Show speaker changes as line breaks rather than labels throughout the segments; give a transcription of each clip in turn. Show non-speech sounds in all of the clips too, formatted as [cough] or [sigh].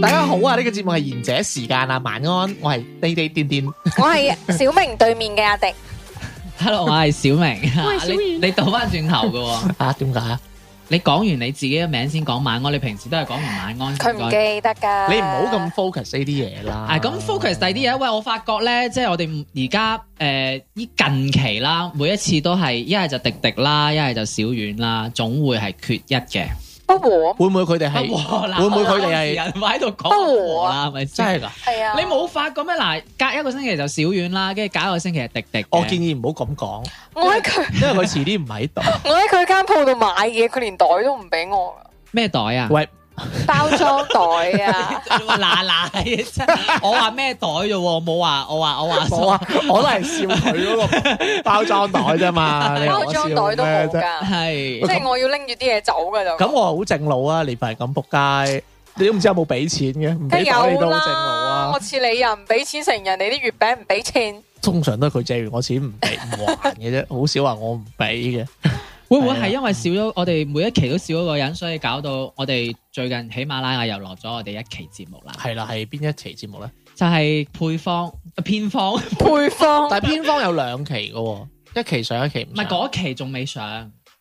大家好啊！呢、個節目係賢者時間啊，晚安，我係地地癲癲。
我係小明對面嘅阿迪。
Hello，我係小明。啊
我係小
你
遠
你倒翻轉頭嘅
[laughs]
喎，
啊，點解啊？
你講完你自己嘅名先講晚安，你平時都係講完晚安
佢
先
唔
講。
記得㗎。
你唔好咁 focus 呢啲嘢啦。
啊，咁 focus 第啲嘢，喂，我發覺咧，即係我哋而家誒依近期啦，每一次都係一係就迪迪啦，一係就小遠啦，總會係缺一嘅。
不和，
會唔會佢
啊
哋係
不和啦，
會唔會佢哋
[laughs]
係
人喺度講不
不和
和
啊
啦，係咪
真
先？
係㗎？
係啊。
你冇發覺咩？嗱，隔一個星期就小遠啦，跟住隔一個星期係迪迪嘅。
我建議唔好咁講， [laughs]
我喺佢，
因為佢遲啲唔喺度。
我喺佢間鋪度買嘢，佢連袋都唔俾我㗎，
咩袋啊？。
喂，
包裝袋啊
[laughs] 嗱嗱嗱真係，我話咩袋啫喎，冇話我
[laughs]
話我話
我啊，我都係笑佢嗰 [laughs] 個包裝袋啫嘛，你話
包
我笑
裝袋都冇
咩啫？
㗎，
係
即係我要拎住啲嘢走㗎就。
咁我好正路啊！你份咁仆街，你都唔知有冇俾錢嘅，唔
梗
俾袋你
有
都好正路
啦，
啊
我！似你又唔俾錢食人哋啲月餅，唔俾錢。
通常都係佢借完我錢唔俾唔還嘅啫，好少話我唔俾嘅。
會唔會係因為少咗我哋每一期都少咗個人，所以搞到我哋最近喜馬拉雅又落咗我哋一期節目啦？
係啦，係邊一期節目咧？
就係配方偏方，唔
配方
但係偏方有兩期嘅喎，一期上一期唔
係
上。
嗰期仲未上，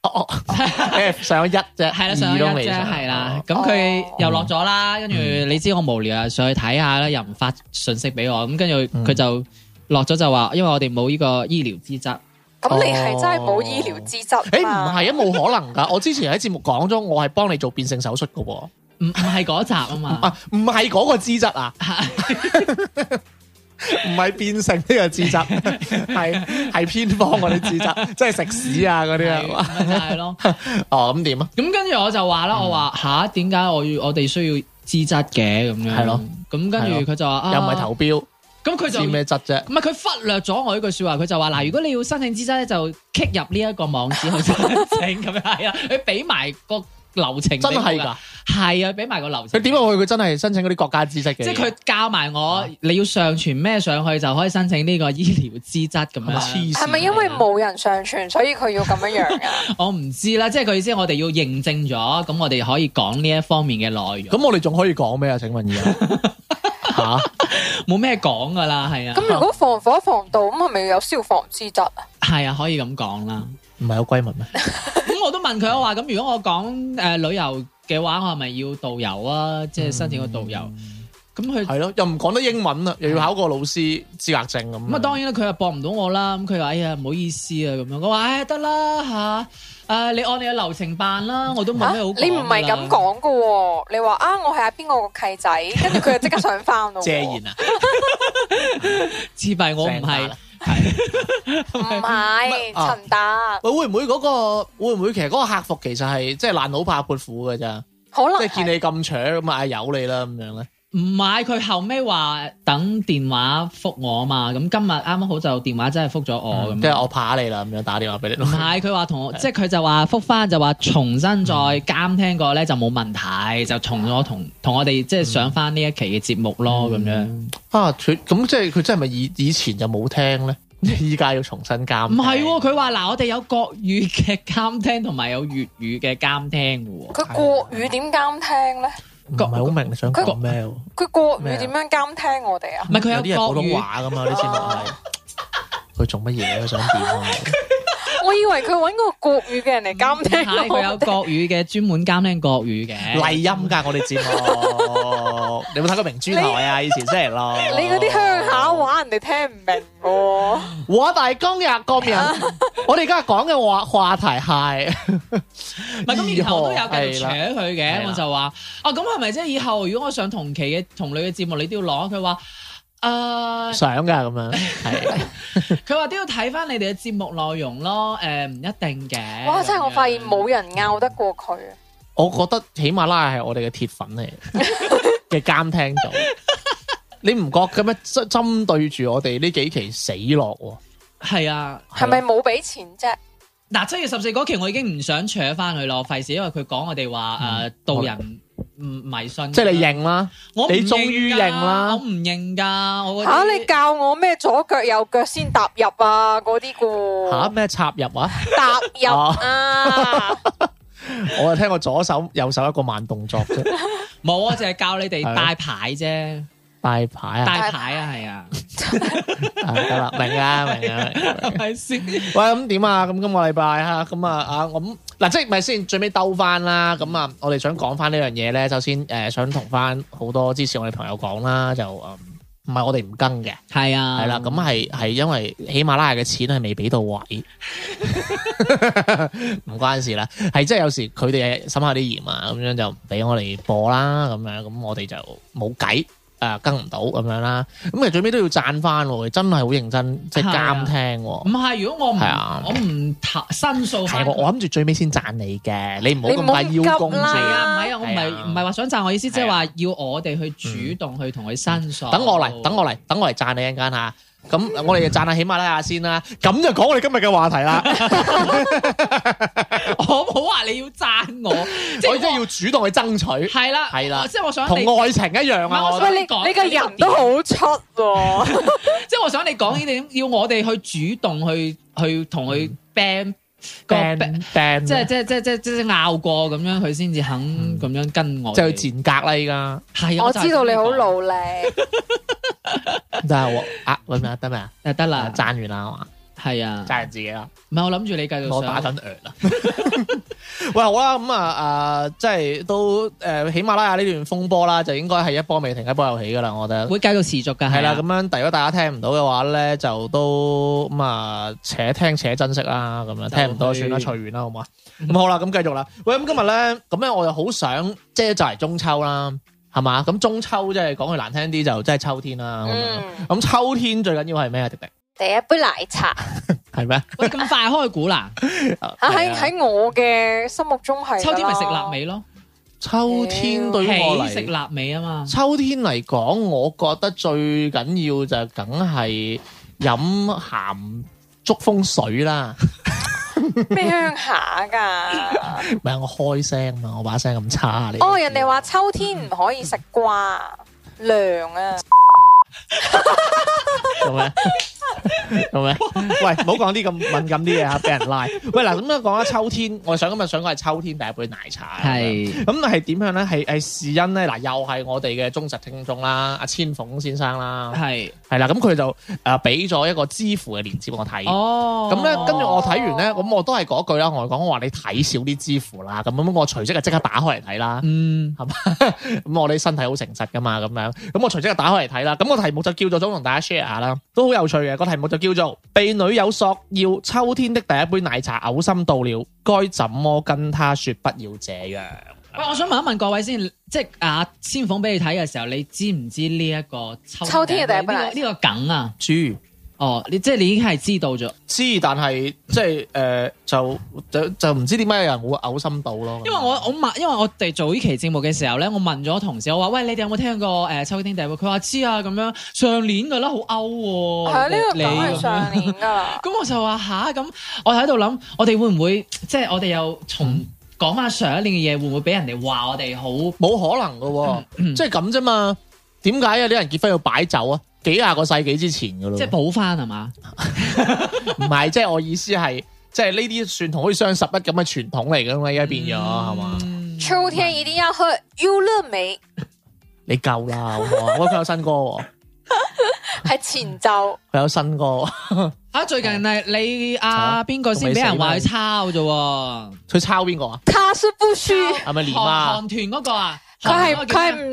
哦哦，誒上咗一隻，
係啦上
二
一
都
啫，
未上
係啦
哦，嗯
咁佢
哦
又落咗啦，跟住你知我無聊啊，上去睇下啦，又唔發信息俾我，咁跟住
嗯
佢就落咗就話，因為我哋冇呢個醫療資質，
咁你係真係冇醫療資質
哦誒唔係
嘛
啊，冇可能㗎！我之前喺節目講咗，我係幫你做變性手術嘅喎。
唔唔係嗰集啊
[laughs]
嘛。
啊，唔係嗰個資質啊，唔係變性呢個資質，係係偏方嗰啲資質，即係食屎啊嗰啲
係
啊。嗯
咪就
[laughs]
係咯，
哦，咁點啊？
咁跟住我就話啦，我話吓點解我要我哋需要資質嘅咁樣？
係咯，
咁跟住佢就話啊，
又唔係投標，
咁佢就
知咩質啫？
唔係佢忽略咗我呢句説話，佢就話嗱，如果你要申請資質咧，就 click 入呢一個網址去申請咁樣係啊，佢俾埋個流程俾我
真
㗎，
係㗎！
係啊，俾埋個流
佢
程。
點解會佢真係申請嗰啲國家資質嘅嘢？
即係佢教埋我，
啊
你要上傳咩上去就可以申請呢個醫療資質咁
係咪啊黐
樣。
線
係咪因為冇人上傳，所以佢要咁樣樣
[laughs]
啊？
我唔知啦，即係佢意思，我哋要認證咗，咁我哋可以講呢一方面嘅內容，
咁我哋仲可以講咩啊？請問而 [laughs] 家嚇
冇咩講㗎啦，係啊。
咁如果防火防盜，咁係咪要有消防資質啊？
係啊，可以咁講啦。
唔係有閨蜜咩？
咁我都問佢，我話咁如果我講誒、呃旅遊嘅話，我係咪要導遊啊？即係申請個導遊。
嗯
咁佢
係咯，又唔講得英文啦，又要考個老師資格證咁。
咁
嗯
啊，當然啦，佢又駁唔到我啦。咁佢話：哎呀，唔好意思啊，咁樣。我話：唉，得啦嚇，啊你按你嘅流程辦啦，我都
嚇
冇咩好講㗎啦
你唔係咁。講噶喎，你話啊，我係阿邊個個契仔，跟住佢就即刻想翻咯。
謝賢啊，
自閉我唔係
正，係。[laughs]
唔係
啊
陳達，
喂，會唔會嗰、個會唔會其實嗰個客服其實係即係爛佬怕潑婦嘅咋？
可能
即係見
係
你咁扯咁啊，由你啦咁樣咧。
唔係佢後尾話等電話覆我嘛。咁今日啱啱好就電話真係覆咗
嗯
我哦咁樣。
即係我怕你啦咁樣打電話俾你
唔。係，佢話同
[laughs]
我，即係佢就話覆翻，就話重新再
嗯
監聽過咧就冇問題，就同我同同我哋即係上翻呢一期嘅節目咯
嗯
咁樣。
啊，佢咁即係佢真係咪以以前就冇聽咧？依家要重新監
唔
聽。
係喎，佢話嗱，我哋有國語嘅監聽同埋有粵語嘅監聽嘅喎。
佢國語點監聽咧？
唔係好明你想講咩喎？
佢國
咩啊
語點樣監聽我哋啊？ [laughs]
唔係佢
有啲係
有
普
國
通
語，
話噶嘛？啲節目係。 [laughs] 佢做乜嘢？佢想點啊？ [laughs]
我以為佢揾個國語嘅人嚟監
[laughs] 唔係
聽我
佢
[laughs]
有
哋。
國語嘅專門監聽國語嘅。
麗音㗎，我哋節 [laughs] 目。你有冇睇過明珠台啊？以前星期六。
你嗰啲鄉下話人哋聽唔明喎。
[laughs]
我大今日個
[laughs]
名，我哋而家講嘅話話題係，
唔係咁，然後我都有
係
繼續扯
啦
佢
係
嘅，
啦
啊我就話：哦，咁係咪即係以後如果我上同期嘅同類嘅節目，你都要攞？佢話：
[laughs]
诶，
想噶咁樣，係
佢話都要睇翻你哋嘅節目內容咯，诶，唔一定嘅。
哇！真係我
咁樣
發現冇人拗得過佢，啊
我覺得喜馬拉雅係我哋嘅鐵粉嚟
[laughs]
嘅監聽組，你唔覺嘅咩？針針對住我哋呢幾期死落喎，
係啊，
係咪冇俾錢啫？
嗱，七月十四嗰期我已經唔想扯翻佢咯，費事，因為佢講我哋話诶導人唔迷信。
嗯即係你，認啦，
我唔
你終於認啦
㗎我唔認㗎，我
吓
嗰啲
你教我咩左腳右腳先踏入啊？嗰啲
吓
噶
咩插入啊？
踏入啊！
哦我就聽過左手右手一個慢動作啫，
冇，我淨係教你哋
係
帶牌啫，
大牌啊，
帶牌啊，係啊，
啊得啦，明啦，明啦。明啦
係咪先？
喂，咁點啊？咁今個禮拜吓，咁啊啊咁嗱，即係咪先最尾兜翻啦？咁啊，我哋想講翻呢樣嘢咧，首先诶、呃想同翻好多支持我哋朋友講啦，就嗯唔係我哋唔更嘅，
係啊，
係啦、咁係係因為喜馬拉雅嘅錢係未俾到位， [laughs] 唔關事啦，係即係有時佢哋審下啲鹽啊，咁樣就唔俾我哋播啦，咁樣咁我哋就冇計。啊，更唔到咁樣啦，咁其實最尾都要讚翻喎，真係好認真，即係
係啊
監聽喎。
唔係，如果我唔
係啊
我唔投申訴
係啊
翻
我我諗住最尾先讚你嘅，你唔好咁快邀功
你唔好咁急
係
啦
住。
啊，唔係啊，我唔
係啊
係唔係話想讚我意思，即係話要我哋去主
嗯
動去同佢申訴。
等我嚟，等我嚟，等我嚟讚你一陣間吓。咁我哋就讚下喜馬拉雅先啦。咁就講我哋今日嘅話題 [laughs] 啦。
[laughs] 我冇話你要讚
[laughs]
我，即
我
係
真係要主動去爭取，
係啦，
係啦
我即係我想
同
你，
愛情一樣
唔係
啊！
[laughs] 我
我覺
想
喂，
得
你
講
你個人都好出喎，
即係我想你講呢點，要我哋去主動去去同佢 ban 個 ban-
嗯 ban ban
即係即係即係即係即係拗過咁樣，佢先至肯
嗯
咁樣跟我哋。
即係去賤格啦，依 [laughs] 家
係啊，
我
就
知道你好
係咁講，
努力，
但係我啊，喂咩啊 [laughs] 得未啊？
誒得啦，
讚完啦，係嘛
係啊，
讚完自己啦。
唔係我諗住你繼續
我
上
打緊鵝啦。 [laughs] 喂，好啦，咁啊啊，即係都誒喜馬拉雅呢段風波啦，就應該係一波未停一波又起噶啦，我覺得。
會繼續持續㗎，
係啦，
啊
咁樣，如果大家聽唔到嘅話咧，就都咁啊，且聽且珍惜啦，咁樣
就
聽唔到
去
算啦，隨緣啦，好嘛？ [laughs] 咁好啦，咁繼續啦。喂，咁今日咧，咁咧我又好想，即係就嚟中秋啦，係嘛？咁中秋即係講句難聽啲，就即係秋天啦。咁樣
嗯，
咁秋天最緊要係咩啊？迪迪
第一杯奶茶
係咩？
喂咁快開估啦，
啊
係
喺
啊
喺我嘅心目中係㗎啦啊
秋天咪食臘，味咯，
秋天對於我
起食
嚟，
臘味啊嘛，
秋天嚟講，我覺得最緊要就梗係飲鹹竹風水啦。
咩鄉下
[laughs]
㗎？
唔係我開聲嘛，我把聲咁差你都知。
哦，人哋話秋天唔可以食瓜，涼啊！
做咩？做咩？喂，唔好講啲咁敏感啲嘢啊，俾人拉。喂，嗱咁樣講啦，秋天，我想今日想講係秋天第一杯奶茶。
係。
咁係點樣咧？係係事因咧，嗱又係我哋嘅忠實聽眾啦，阿千鳳先生啦，
系
係啦，咁佢就誒俾咗一個支付嘅鏈接我睇。
哦，
咁咧，跟住我睇完咧，咁我都係嗰句啦，我係講我話你睇少啲支付啦，咁咁我隨即就即刻打開嚟睇啦。
嗯
咁我哋身體好誠實噶嘛，咁樣咁我隨即就打開嚟睇啦。咁、個題目就叫做想同大家 share 下啦，都好有趣嘅。個題目就叫做被女友索要秋天的第一杯奶茶，嘔心到了，該怎麼跟她說不要這樣？
喂，我想問一問各位先，即係阿千鳳俾你睇嘅時候，你知唔知呢一個秋
秋天嘅第一
呢
杯
個呢個梗啊？
豬
哦，你即係你已經係知道咗，
知，但係即係誒、呃就就就唔知點解有人會嘔心到咯。
因為我我問，因為我哋做呢期節目嘅時候咧，我問咗同事，我話喂，你哋有冇聽過誒秋天第一杯？佢話知啊，咁樣上年㗎啦，好歐喎，
係啊，呢個
哦你
梗
咁
係
樣
上年㗎啦。
咁我就話吓，咁我喺度諗，我哋會唔會即係我哋又
嗯
從講翻上一年嘅嘢，會唔會俾人哋話我哋好？
冇可能噶喎，即係咁啫嘛。點解啊？啲人結婚要擺酒啊？幾廿個世紀之前噶咯
即。係補翻係嘛？
唔係，即係我意思係，即係呢啲算同好似雙十一咁嘅傳統嚟噶嘛，而家變咗係嘛？
嗯
秋天一定要喝優樂美，
你夠啦，好唔好啊？喂，佢有新歌喎，
係前奏。
佢有新歌喎，
啊！最近係你啊邊個先俾人話佢抄啫喎？
佢抄邊個啊？
他是不需，
係咪連
韓
啊？
韓團嗰個啊，
佢
韓
係
團嗰個叫咩哦
佢係唔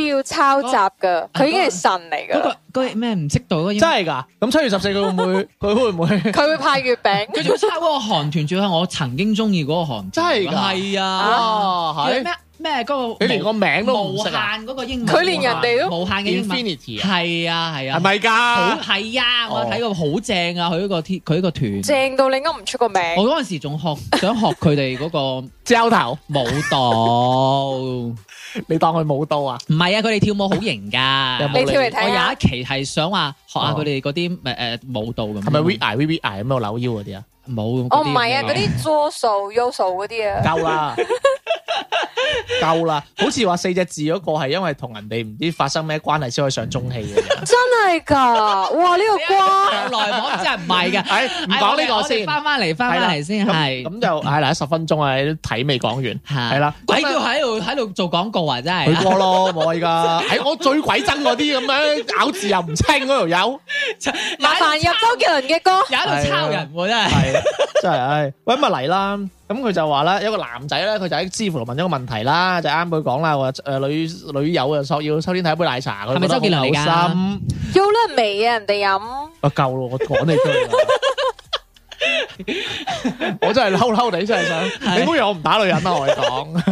需要抄襲㗎，佢已經係神嚟
嗰
㗎
個
啦。
嗰個咩唔識到嗰個英
真係
文
㗎？咁七月十四佢會唔
[laughs]
會？佢會唔會？
佢會派月餅，
佢仲抄嗰個韓團，仲係我曾經中意嗰個韓團。
真係㗎
係啊！
啊，
叫
[laughs] 係
咩咩咩嗰個
你連個名都
無
唔識
限
啊
嗰個英文，
佢連人哋都
無限嘅英文，
？Infinity 啊，
係啊係啊
係，咪
好
㗎？
係啊！我
哦
睇過好正啊，佢嗰個貼佢嗰個團，
正到你噏唔出個名。
我嗰陣時仲學想學佢哋嗰個
焦頭，
舞蹈。
你當佢冇刀啊？
唔係啊，佢哋跳舞好型噶。
有冇
你跳嚟
我
睇下，
有一期係想話學下佢哋嗰啲誒誒舞蹈咁樣。
係咪 V I V V I 咁樣扭腰嗰啲啊？
[laughs] 冇？
我唔係啊，嗰啲左手右手嗰啲啊，
夠啦，夠啦！好似話四隻字嗰個係因為同人哋唔知發生咩關係先可以上中戲嘅。
真係㗎！哇，呢個
[laughs]
瓜
有內幕真係唔係㗎。
唉，唔講呢
我
個
哋
先，
翻翻嚟，翻翻嚟先係
咁就係嗱，十分鐘啊，睇未講完，係
係。
啦，
鬼叫喺度喺度做廣告啊！真係
佢歌咯，冇依家。
[laughs]
唉，我最鬼憎嗰啲咁樣咬字又唔清嗰條友，
麻煩入周杰倫嘅歌。
又喺度抄人喎，真係。
係真係唉。喂，咁啊嚟啦，咁佢就話啦，有個男仔咧，佢就喺知乎度問咗個問題啦，就啱佢講啦，話誒女女友啊，索要秋天睇一杯奶茶，佢
係咪周杰倫嚟
覺
㗎
得好嘔心
有啦味啊，人哋飲。
啊夠咯，我趕你
[laughs]
出去啦！我真係嬲嬲地，真係想你估以為我唔打女人啦，我哋講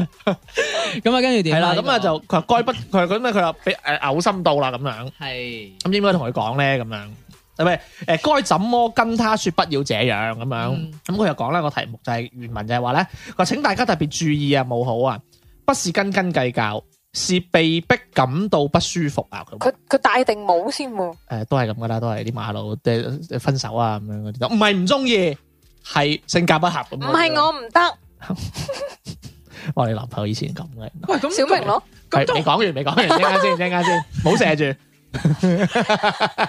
咁啊，跟住
係
點啊？
啦，咁啊
呢個
就佢話該不佢話咁咧，佢話俾誒嘔心到啦咁樣，
係
咁應該同佢講咧咁樣，係咪誒該怎麼跟他說不要這樣咁樣
嗯？
咁佢又講啦個題目就係原文就係話咧，佢話請大家特別注意啊，冇好啊，不是斤斤計較，是被逼感到不舒服啊！佢話
佢佢戴定帽先喎，
誒、都係咁噶啦，都係啲馬路即係分手啊咁樣嗰啲都，唔係唔中意，係性格不合咁。
唔係，
啊
我唔得，
我哋男朋友以前咁嘅。
喂咁
小明咯，
咁
係
都
未講完，未
[laughs]
講完，陣間先，陣間先，唔好射住，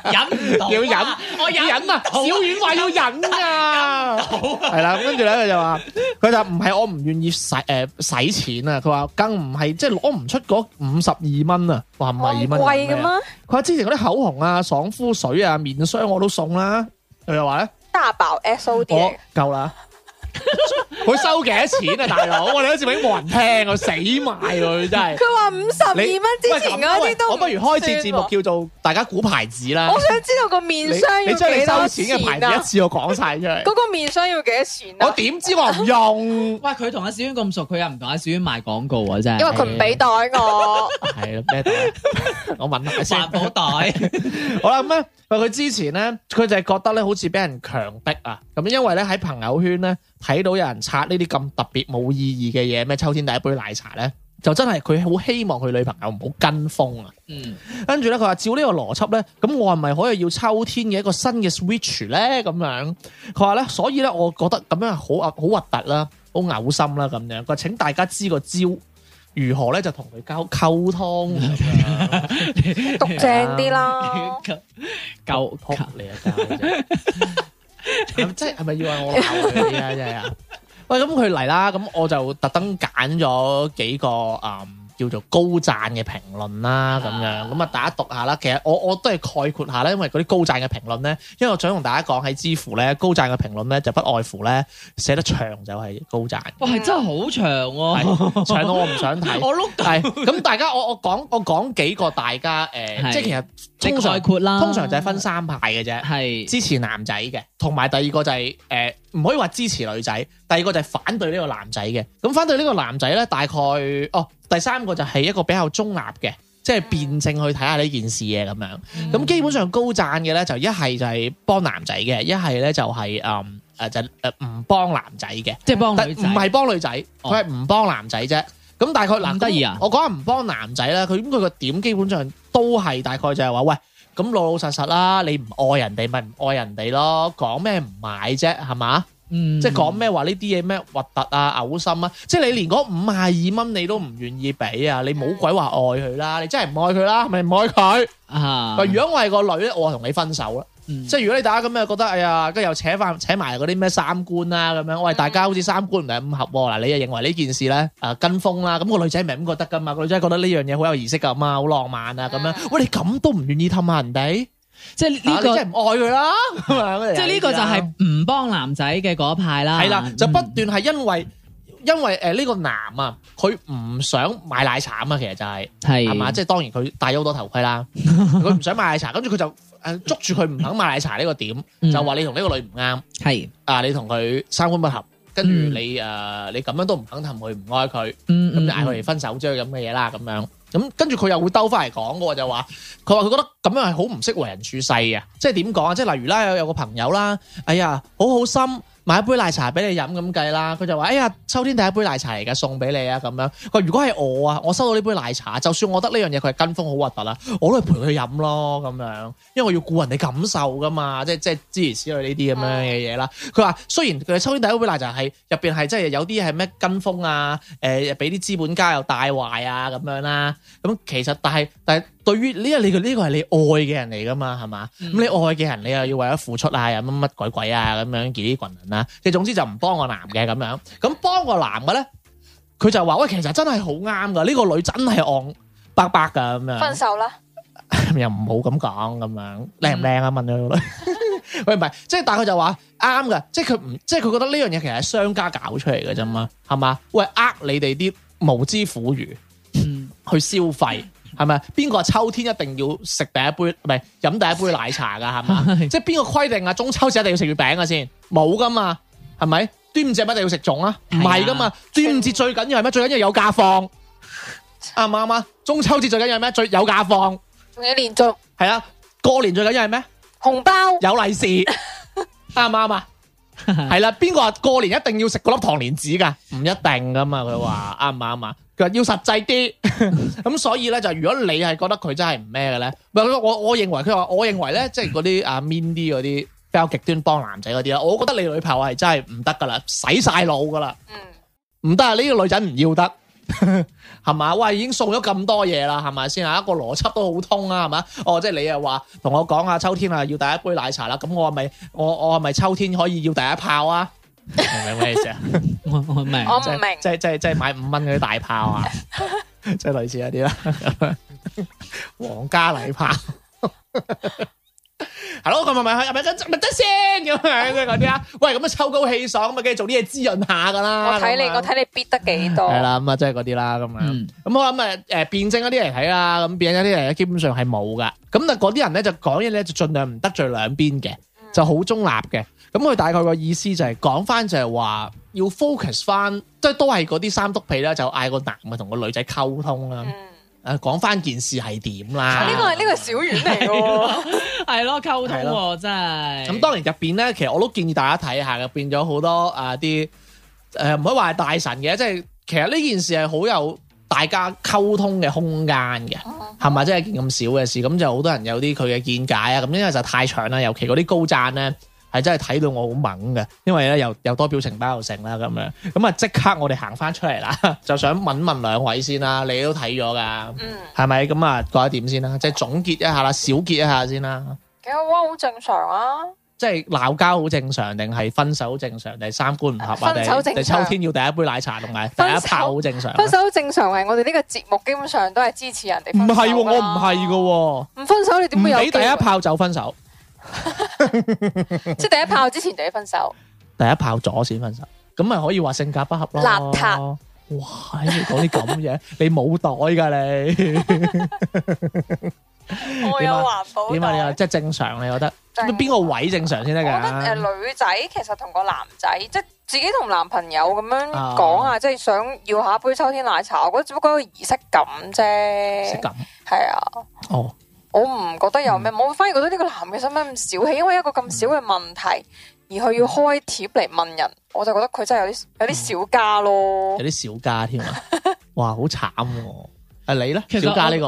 忍唔到啊，
要忍
我
要忍啊！小
好
婉話要忍啊，係啦，咁跟住咧佢就話，佢就唔係我唔願意使誒使錢啊，佢話更唔係即係攞唔出嗰五十二蚊啊，話五十二
咁
蚊
貴嘅
咩啊？
咩？
佢話之前嗰啲口紅啊、爽膚水啊、面霜我都送啦，佢又話咧。
大爆 S O D
我夠啦。佢收幾多錢啊，大佬？我哋好似永冇人聽，我死埋佢真係。
佢話五十二蚊之前嗰
喂
啲都
我不如開設節目
算喎。
叫做大家估牌子啦。
我想知道個
你
面霜
你
要
將你
幾
收
多
錢嘅牌
錢
子一
啊？
次我講晒出嚟
嗰。個面霜要幾多錢
我
啊？
點知我唔用？
喂，佢同阿小娟咁熟，佢又唔同阿小娟賣廣告啊！真係
因為佢唔俾袋
[laughs]
我，
係啦，咩都係？我問下先。
環保袋。
好啦，咁咧，佢之前咧，佢就係覺得咧，好似俾人強迫啊。咁因為咧喺朋友圈咧睇到有人刷呢啲咁特別冇意義嘅嘢，咩秋天第一杯奶茶咧，就真係佢好希望佢女朋友唔好跟風啊。
嗯，
跟住咧，佢話照呢個邏輯咧，咁我係咪可以要秋天嘅一個新嘅 switch 咧？咁樣佢話咧，所以咧，我覺得咁樣係好啊好核突啦，好嘔心啦咁樣。佢話請大家知個招，如何咧就同佢交溝通咁樣。
讀正
[laughs]
[laughs]
啲 [laughs] 啦。
夠夠
扑你啊！
[laughs]
真即係咪要嗌我鬧佢啲啊？真係啊！喂，咁佢嚟啦，咁我就特登揀咗幾個嗯叫做高讚嘅評論啦，咁樣咁啊，大家讀下啦。其實我我都係概括下啦，因為嗰啲高讚嘅評論咧，因為我想同大家講喺知乎咧，高讚嘅評論咧就不外乎咧寫得長就係高讚，
哇，係真係好長喎！
係長到我唔想睇。
哦 [laughs] 我碌
係咁，大家我我講我講幾個大家誒，
係
即係其實
你
通常
概括啦，
通常就係分三派嘅啫。
係
支持男仔嘅，同埋第二個就係誒唔可以話支持女仔，第二個就係反對呢個男仔嘅。咁反對呢個男仔咧，大概哦第三個就係一個比較中立嘅，即係辯證去睇下呢件事嘅咁樣。咁、基本上高讚嘅咧，就一係就係幫男仔嘅，一係咧就係誒誒就誒呃唔幫男仔嘅，
即係幫
但
女
唔
仔，
係幫女仔，
哦
佢係唔幫男仔啫。咁大概嗱，
咁得意啊
我講唔幫男仔啦，佢咁佢個點基本上都係大概就係話喂。咁老老實實啦，你唔愛人哋咪唔愛人哋咯，講咩唔買啫，係嘛？
嗯
即係講咩話呢啲嘢咩核突啊、嘔心啊，即係你連嗰五廿二蚊你都唔願意俾啊，你冇鬼話愛佢啦，你真係唔愛佢啦，係咪唔愛佢？
啊
嗱，如果我係個女咧，我同你分手啦。
嗯
即係如果你大家咁樣覺得，哎呀，跟住又扯翻扯埋嗰啲咩三觀啦咁樣，喂，
嗯
大家好似三觀唔係五合喎，嗱，你又認為呢件事咧啊跟風啦，咁個女仔唔係咁覺得噶嘛，個女仔覺得呢樣嘢好有儀式感啊，好浪漫啊咁樣，喂，你咁都唔願意氹下人哋，
即係
呢
嗯呢個
真係唔愛佢
[laughs]
啦，啊
即係呢個就係唔幫男仔嘅嗰一派啦。
係啦，就不
嗯
斷係因為。因為誒呢個男啊，佢唔想買奶茶啊嘛，其實就係
係
係嘛，即係當然佢戴咗好多頭盔
[laughs]
啦，佢唔想買奶茶，跟住佢就誒捉住佢唔肯買奶茶呢個點，
嗯
就話你同呢個女唔啱。
係
啊，你同佢三觀不合，跟住
嗯
你誒你咁樣都唔肯氹佢，唔愛佢。
嗯
咁就嗌佢哋分手啫咁嘅嘢啦，咁樣咁跟住佢又會兜翻嚟講嘅喎，就話佢話佢覺得咁樣係好唔識為人處世嘅，即係點講啊？即係例如啦，有有個朋友啦，哎呀，好好心買一杯奶茶俾你飲咁計啦，佢就話：哎呀，秋天第一杯奶茶嚟嘅，送俾你啊咁樣。佢話如果係我啊，我收到呢杯奶茶，就算我覺得呢樣嘢佢係跟風好核突啦，我都係陪佢飲咯咁樣，因為我要顧人哋感受噶嘛，即係即係諸如此類呢啲咁樣嘅嘢啦。佢話雖然佢秋天第一杯奶茶係入邊係真係有啲係咩跟風啊，誒俾啲資本家又帶壞啊咁樣啦，咁其實但係但係對於呢個你呢個係你愛嘅人嚟噶嘛，係嘛？咁、
嗯
你愛嘅人你又要為咗付出啊，又乜乜鬼鬼啊咁樣幾啲群人啦，即係啊總之就唔幫個男嘅咁樣，咁幫個男嘅咧，佢就話喂其實真係好啱噶，呢、個女真係戇白白噶咁樣。
分手啦，
又唔好咁講咁樣，靚唔靚啊？問咗個女，喂唔係，即係但係佢就話啱嘅，即係佢唔，即係佢覺得呢樣嘢其實係商家搞出嚟嘅啫嘛，係嘛？喂，呃你哋啲無知苦魚
嗯
去消費，係咪？邊個話秋天一定要食第一杯，唔係飲第一杯奶茶㗎，係 [laughs] 嘛？
係
即係邊個規定啊？中秋節一定要食月餅啊先？冇㗎嘛，係咪？端午節一定要食粽啊？唔係㗎嘛，端午節最緊要係咩？最緊要有假放，啱唔啱啊？中秋節最緊要係咩？最有假放。
仲要連續
系啊，过年最緊要係咩？
紅包，
有利是，啱唔啱啊？
嗯
係啦，邊個話過年一定要食嗰粒糖蓮子㗎？唔一定噶嘛，佢話啱唔啱啊？佢話要實際啲，咁所以咧就如果你係覺得佢真係唔咩嘅咧，唔係我我認為佢話我認為咧，即係嗰啲啊 mean 啲嗰啲比較極端幫男仔嗰啲啦，我覺得你女朋友係真係唔得噶啦，洗晒腦噶啦。
嗯，
唔得啊！呢、個女仔唔要得， [laughs] 係嘛？喂，已經送咗咁多嘢啦，係咪先啊？個邏輯都好通啊，係嘛？哦，即係你又話同我講啊，秋天啊要第一杯奶茶啦，咁我係咪我我係咪秋天可以要第一炮啊？明唔明咩意思啊？
我 [laughs] 我明，
我
[laughs]
唔
即係
明
即係即係即係買五蚊嗰啲大炮啊， [laughs] 即係類似嗰啲啦， [laughs] 皇家禮炮。係咯，咁咪咪係咪得咪得先咁樣即係嗰啲啊？喂，咁啊秋高氣爽咁啊，梗係做啲嘢滋潤下噶啦。
我睇
咁
你
樣
我睇你逼得幾多，
啊係啦，咁啊，即係嗰啲啦，咁樣。
嗯
咁我諗誒誒辯證嗰啲嚟睇啦，咁辯證嗰啲嚟睇，基本上係冇噶。咁但係嗰啲人咧就講嘢咧就盡量唔得罪兩邊嘅，
嗯
就好中立嘅。咁佢大概個意思就係講翻就係話要 focus 翻，即係都係嗰啲三督屁啦，就嗌個男嘅同個女仔溝通啦，
嗯，
誒講翻件事係點啦。
啊呢個係呢個係小丸嚟
[laughs]
嘅
係咯，溝通
係
喎真係。
咁當然入邊咧，其實我都建議大家睇下嘅，變咗好多啊啲呃誒唔可以話係大神嘅，即係其實呢件事係好有大家溝通嘅空間嘅，
喎，
係咪？即係一件咁少嘅事，咁就好多人有啲佢嘅見解啊。咁因為就太長啦，尤其嗰啲高讚咧。係真係睇到我好猛嘅，因為咧又又多表情包又成啦咁樣，咁啊即刻我哋行翻出嚟啦，就想問問兩位先啦，你都睇咗㗎，
嗯，
係咪？咁啊覺得點先啦？即係總結一下啦，小結一下先啦。
幾好啊，好正常啊，
即係鬧交好正常，定係分手正常，定係三觀唔合啊？定
分手
係
正常
定係秋天要第一杯奶茶同埋第一炮好正常啊？
分手正常係我哋呢個節目基本上都係支持人哋
唔
分手
係喎，
㗎啦
我唔
唔分手你
係嘅喎，
點
唔
會有
俾第一
機會
炮就分手，
即係第一炮之前就要分手，
第一炮咗先分手，咁咪可以話性格不合咯。
邋遢！
哇！你講啲咁嘢， [laughs] 你冇袋㗎
我
點
有
啊
環保
你？點啊？你話
袋。
即係正常？你覺得
正常
邊個位正常先得
我覺得
㗎？
呃誒女仔其實同個男仔，即係自己同男朋友咁樣
啊
講啊，即係想要下一杯秋天奶茶，我覺得只不過係一個儀式感
識
啫。
咁
係啊，
哦，
我唔覺得有咩，我反而覺得呢個男嘅使乜咁小氣，因為一個咁小嘅問題，而佢要開貼嚟問人，我就覺得佢真係有啲有啲小家咯
有。
嗯
啲小家添
[laughs]
啊！哇，好慘喎！啊你咧，
其實
小家
我
呢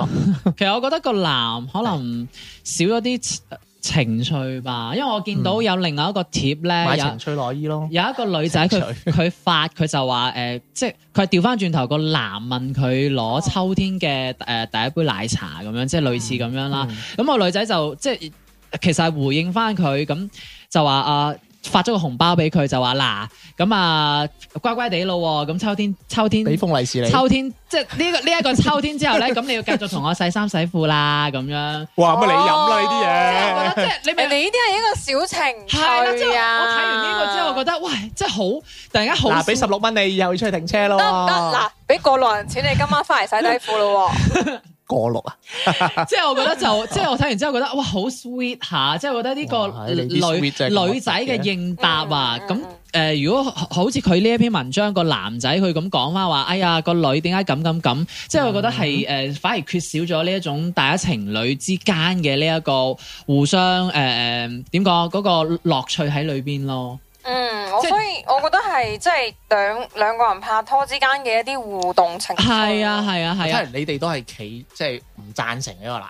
個
其實我覺得個男可能少咗啲情情趣吧，因為我見到有另外一個貼咧，
嗯買
有
情趣內衣咯。
有一個女仔佢 [laughs] 佢發佢就話誒、呃即係佢調翻轉頭個男問佢
哦
攞秋天嘅誒、呃第一杯奶茶咁樣，即係類似咁樣啦。
嗯
咁、個女仔就即係其實係回應翻佢，咁就話啊。發咗個紅包俾佢就話嗱咁啊乖乖地咯喎，咁秋天秋天
俾封利是你。
秋天即係呢個呢一個秋天之後咧，咁你要繼續同我洗衫洗褲啦咁樣。
哇
乜你飲啦呢啲
即
嘢
係我覺得即係你
你
明
呢啲係一個小情趣
係啦，即係我
啊！
睇完呢個之後，我覺得喂，即係好突然間好
嗱，俾十六蚊你以後要出去停車咯。
得唔得？嗱，俾過路人錢你今晚翻嚟洗底褲咯喎。
過六啊？
即係我覺得就，即係我睇完之後覺得，哇，好 sweet 下，即係我覺得呢
哇
個
係你啲
女
sweet 真係咁
女仔
核突
嘅
嘅
應答啊，
嗯
咁
嗯嗯
誒，如果好似佢呢一篇文章個男仔佢咁講翻話，哎呀個女點解咁咁咁，即係我覺得係誒，反而缺少咗呢一種大家情侶之間嘅呢一個互相誒誒點講啊嗰個樂趣喺裏邊咯。
嗯，我
即係
所以我覺得係即係兩兩個人拍拖之間嘅一啲互動情緒。
係啊，係啊係
睇
啊，
嚟你哋都係企即係唔贊成呢個男，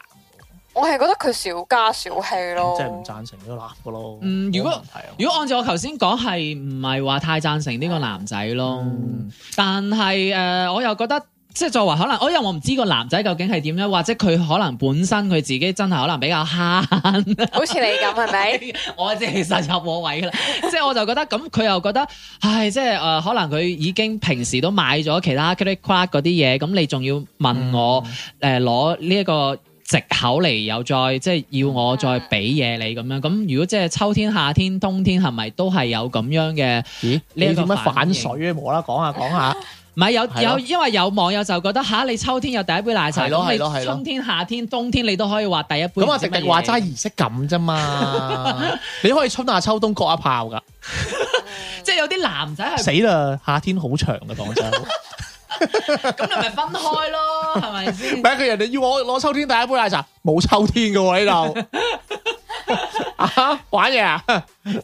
我係覺得佢小家小氣咯。
即係唔贊成呢個男噶咯。
哦嗯如果
冇問題啊
如果按照我頭先講，係唔係話太贊成呢個男仔咯？
嗯
但係誒、呃我又覺得。即係作為可能，哦我因為我唔知個男仔究竟係點樣，或者佢可能本身佢自己真係可能比較慳，
好似你咁
[laughs]
係
啊
咪？
我即係實入我位㗎啦。 [laughs] 即係我就覺得咁，佢又覺得，唉，即係誒、呃可能佢已經平時都買咗其他 c r e d i t 嗰啲嘢，咁你仲要問嗯
嗯
我誒攞呢一個藉口嚟又再即係要我
啊
再俾嘢你咁樣？咁如果即係秋天、夏天、冬天係咪都係有咁樣嘅？
咦？你
呢一個
點樣
反
反
應
水啊？無啦啦講下講下，
唔係有
係咯
有，因為有網友就覺得吓、你秋天有第一杯奶茶，
係咯
咁你
係咯係咯
春天、夏天、冬天你都可以話第一杯。
[laughs] 咁啊迪迪話齋儀式感啫 [laughs] 嘛，你可以春夏秋冬各一炮噶。
即係有啲男仔係
死啦，夏天好長噶， [laughs] 講真。唔
咁，你咪分開咯，係咪先？
係佢人哋要我攞秋天第一杯奶茶，冇秋天噶喎呢度。 [laughs] 啊，玩嘢啊！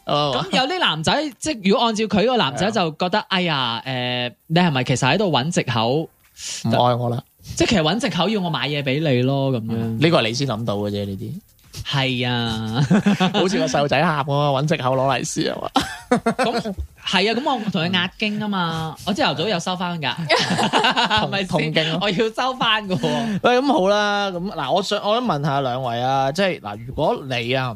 哦啊
咁有啲男仔，即係如果按照佢個男仔就覺得，哎呀，誒、你係咪其實喺度揾藉口？
唔愛我啦，
即係其實揾藉口要我買嘢俾你咯，咁樣。
呢個係你先諗到嘅啫，呢啲 [laughs]
係啊，
好似個細路仔喊啊，揾藉口攞利是啊嘛。
咁係啊，咁我同佢壓驚啊嘛，我朝頭早有收
[laughs]
翻㗎，係咪
同
先
同驚啊
我要收翻㗎喎。
喂，咁好啦，咁嗱，我想我想問下兩位啊，即係嗱，如果你啊，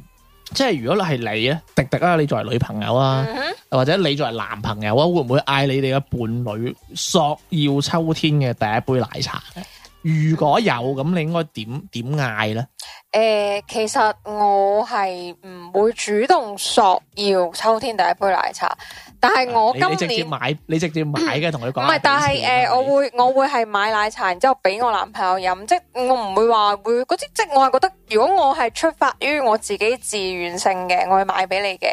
即係如果係你啊，迪迪啊，你作為女朋友啊，
嗯哼
或者你作為男朋友啊，會唔會嗌你哋嘅伴侶索要秋天嘅第一杯奶茶咧？如果有咁，你應該點點嗌咧？
誒，其實我係唔會主動索要秋天第一杯奶茶，但係我
啊你你直
今
接
年唔
買，你直接買嘅，同佢講。
係，但
啊
係誒，我會我會係買奶茶，然之後俾我男朋友飲，即係我唔會話會嗰啲，即係我係覺得，如果我係出發於我自己自願性嘅，我會買俾你嘅，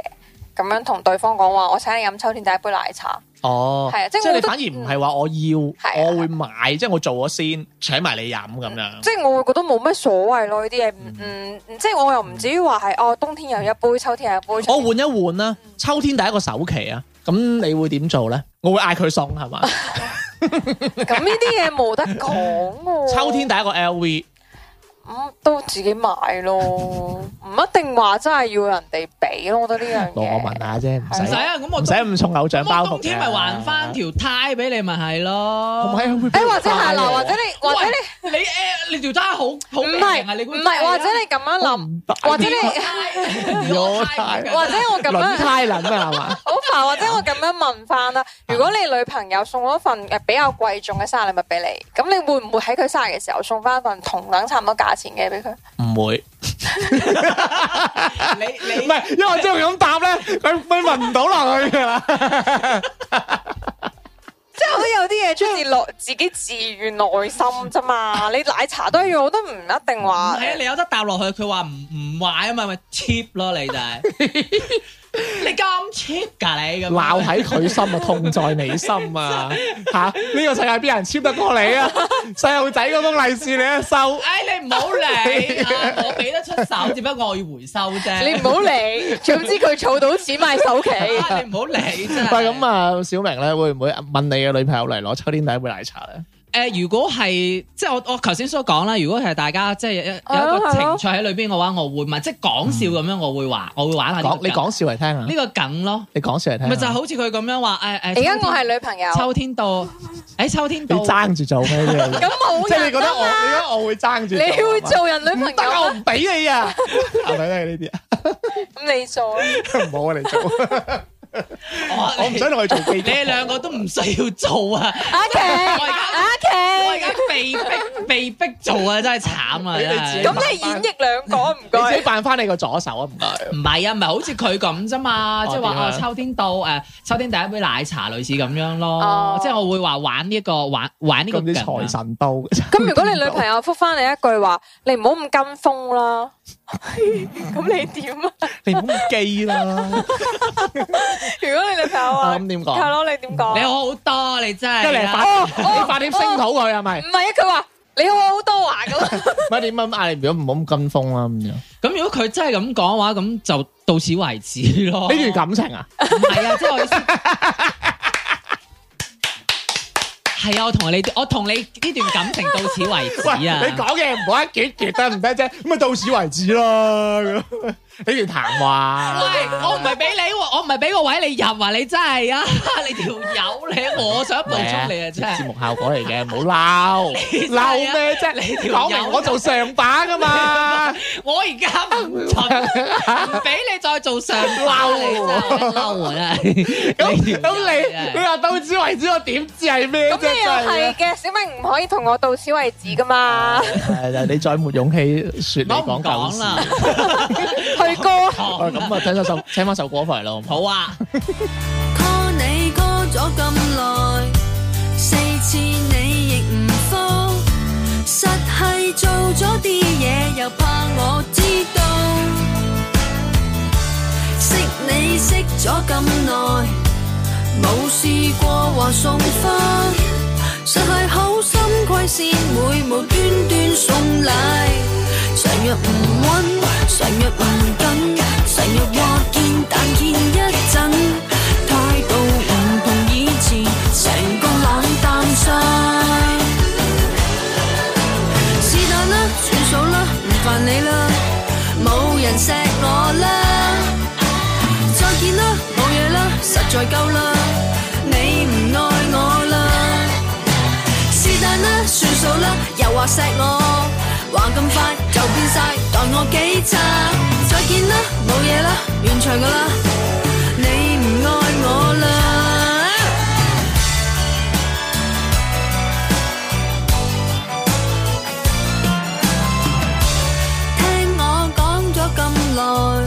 咁樣同對方講話，我請你飲秋天第一杯奶茶，
哦，
係啊即係
即係
我
你
覺得
反而唔係話我
係啊嗯
要，我會買，即係我做咗先，請埋你飲咁樣。
即係我會覺得冇乜所謂咯，呢啲嘢，唔
嗯
唔，即係我又唔至於話係哦，冬天有一杯，秋天有一
[laughs]
杯，
我換一換啦，秋天第一個首期啊，咁你會點做咧？我會嗌佢送係嘛？
咁呢啲嘢冇得講喎。
秋天第一個 LV，
咁都自己買咯，唔一定話真係要人哋俾咯。我覺得呢樣
我
嘢，
問下啫，唔
唔
使
使啊，咁我
唔使咁重偶像
咁
包
我
袱嘅。
冬天咪還翻條呔俾你咪係
我
咯。
買 LV 俾
誒
你
或者係
戴
嗱，
喎
或者你或者你
你誒你條呔好好
唔
平
係
啊！你估
唔係，或者你咁樣諗，
唔得
或者你
你
我呔
[laughs] 或者我咁
輪
樣
胎輪啊係
[laughs]
嘛？
好煩，或者我咁樣問翻啦。如果你女朋友送咗份誒比較貴重嘅生日禮物俾你，咁你會唔會喺佢生日嘅時候送翻份同等差唔多價錢嘅俾佢？
唔會，
你
唔係，因為我知道佢咁答咧，佢佢聞唔到落去㗎啦。
即係我覺得有啲嘢出自內自己自願內心啫嘛。你奶茶都一樣，我都唔一定話。
係啊，你有得搭落去，佢話唔唔壞啊嘛，咪 cheap 咯，你就係你咁 cheap 㗎你咁樣
鬧喺佢心啊，痛在你心啊！吓、呢、個世界邊有人簽得過你啊？細路仔嗰封利是你一收，
唉，你唔好理，啊我俾得出手，只不過我要回收啫。
你唔好理，總之佢儲到錢買首期。
啊你唔好理真係。
喂，咁啊，小明咧會唔會問你嘅女朋友嚟攞秋天第一杯奶茶咧？
誒、如果係即係我我頭先所講啦，如果係大家即係有有一個
係咯係
情
咯
趣喺裏邊嘅話，我會問，即係講笑咁樣，我會話，我會玩下呢個
講
梗
你講笑嚟聽啊
呢！個梗咯，
你講笑嚟聽啊。
咪就係好似佢咁樣話誒誒。
而家我係
係 [laughs]
女朋友，
秋天到，誒、秋天
你
到，
爭住做咩啫？
咁冇
即係你
人
覺得
啊
我，你覺
嘛？
得我會爭住？
你會？做人女朋
得啊！
友
我
咩，
唔俾你啊！係咪都係呢啲啊？ [laughs]
咁你做啊？
唔好啊！你做。我唔使同佢做
你
記
哋兩個都唔需要
[laughs]
做啊！
阿琪，
我而家
阿
我而家
琪，
被逼被逼做啊，真係慘啊！
你
真
哋自
係
己
咁你演繹兩個唔
你自己
該。
扮翻你個左手啊，唔該。
唔係啊，唔係好似佢咁啫嘛，
哦
即係話
點啊
哦，秋天到誒，秋天第一杯奶茶類似咁樣咯
哦，
即係我會話玩呢一個玩玩呢個
咁啲
勁啊
財神到，
[laughs]
[laughs]
咁如果你女朋友覆翻你一句話，你唔好咁跟風啦， [laughs] 咁你點啊？
你唔好咁記啦。
如果你女朋友
[laughs]
話，
啊咁點講
係咯，你點講？
你好好多，你真
即係你
係
係
啊。
發， [laughs] 你發點聲討佢係
[laughs]
咪？
唔係啊，佢話你好好多話
[laughs]
咁。
唔係點咁嗌你唔好唔好咁跟風啦咁樣。
咁如果佢真係咁講嘅話，咁就到此為止咯。
呢段感情啊，
唔係啊，即係我意
[laughs]
思。係啊，我同你我同你呢段感情到此為
喂，
止啊。
你講嘢唔好一橛橛得唔得啫？咁咪到此為止 [laughs] 啦。咁呢段談話，
喂，我唔係俾你喎，我唔係俾個位你入啊！你真係 [laughs] 啊，你條友你，我想補充你啊，真
節
係。
目效果嚟嘅，唔好鬧，鬧咩啫？
你條友
講明我做上把噶嘛，
我而家唔準，唔俾你再做上包，你真係嬲啊！真係
咁
你條友
咁你
真
你
係
話到此為止，我點知係啊咩
咁
啫？
你又係嘅，小明唔可以同我到此為止噶嘛？
係啊，你再沒勇氣説你
我
講
唔
舊
講
事。
啦，
去歌。
哦
講啦
咁啊，聽首首聽翻首歌翻嚟咯。
好啊，
call 你 call 咗咁耐，四次你亦唔覆，實係做咗啲嘢又怕我知道。識你識咗咁耐，冇試過話送花，實係好心虧先會無端端送禮。常若唔温，常若唔緊，常若話見但見一陣，態度唔同以前，成個冷淡晒。是但啦，算數啦，唔煩你啦，冇人錫我啦，再見啦，冇嘢啦，實在夠啦，你唔愛我啦，是但啦，算數啦，又話錫我，話咁快就變晒，待我幾差，再見啦，冇嘢啦，完場噶啦，你唔愛我啦。聽我講咗咁耐，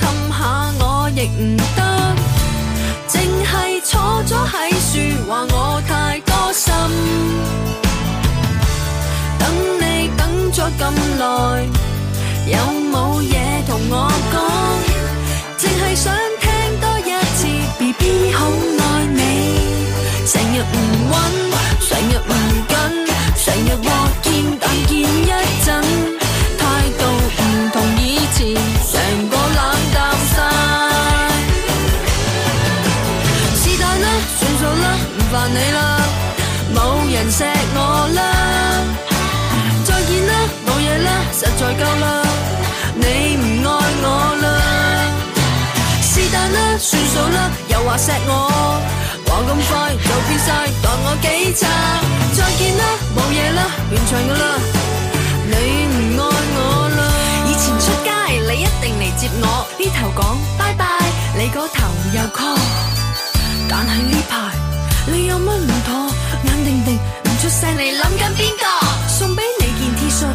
氹下我亦唔得，淨係坐咗喺樹話我太多心。等你等咗咁耐，有冇嘢同我講？淨係想聽多一次，BB 好愛你。成日唔温，成日唔緊，成日話見但見一陣，態度唔同以前，成個冷淡晒。是但啦，算數啦，唔煩你啦，冇人錫我啦，再見啦，冇嘢啦，實在夠啦，你唔愛我啦。是但啦，算數啦，又話錫我，話咁快就變晒，當我幾差。再見啦，冇嘢啦，完場噶啦，你唔愛我啦。以前出街你一定嚟接我，呢頭講拜拜，你嗰頭又 call。但係呢排你有乜唔妥？眼定定唔出聲，你諗緊邊個？送俾你件 T 恤，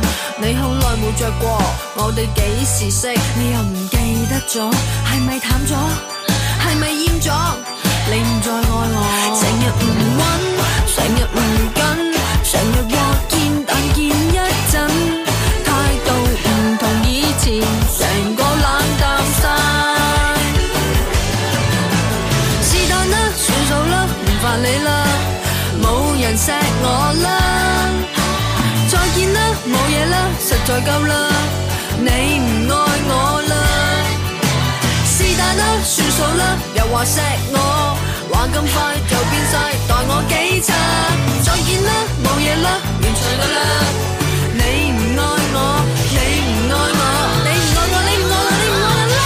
你好耐冇着過，我哋幾時識？你又唔記得咗？係咪淡咗？係咪厭咗？你唔再愛我，成日唔温，成日唔跟，成日話見但見一陣，態度唔同以前，成個冷淡晒。是但啦，算數啦，唔煩你啦，冇人錫我啦，再見啦，冇嘢啦，實在夠啦，你唔愛我啦，是但啦，算數啦，又話錫我，話咁快就變晒，待我幾差，再見啦，冇嘢啦，完場噶啦，你唔愛我，你唔愛我，你唔愛我，你唔愛我，你唔愛我啦。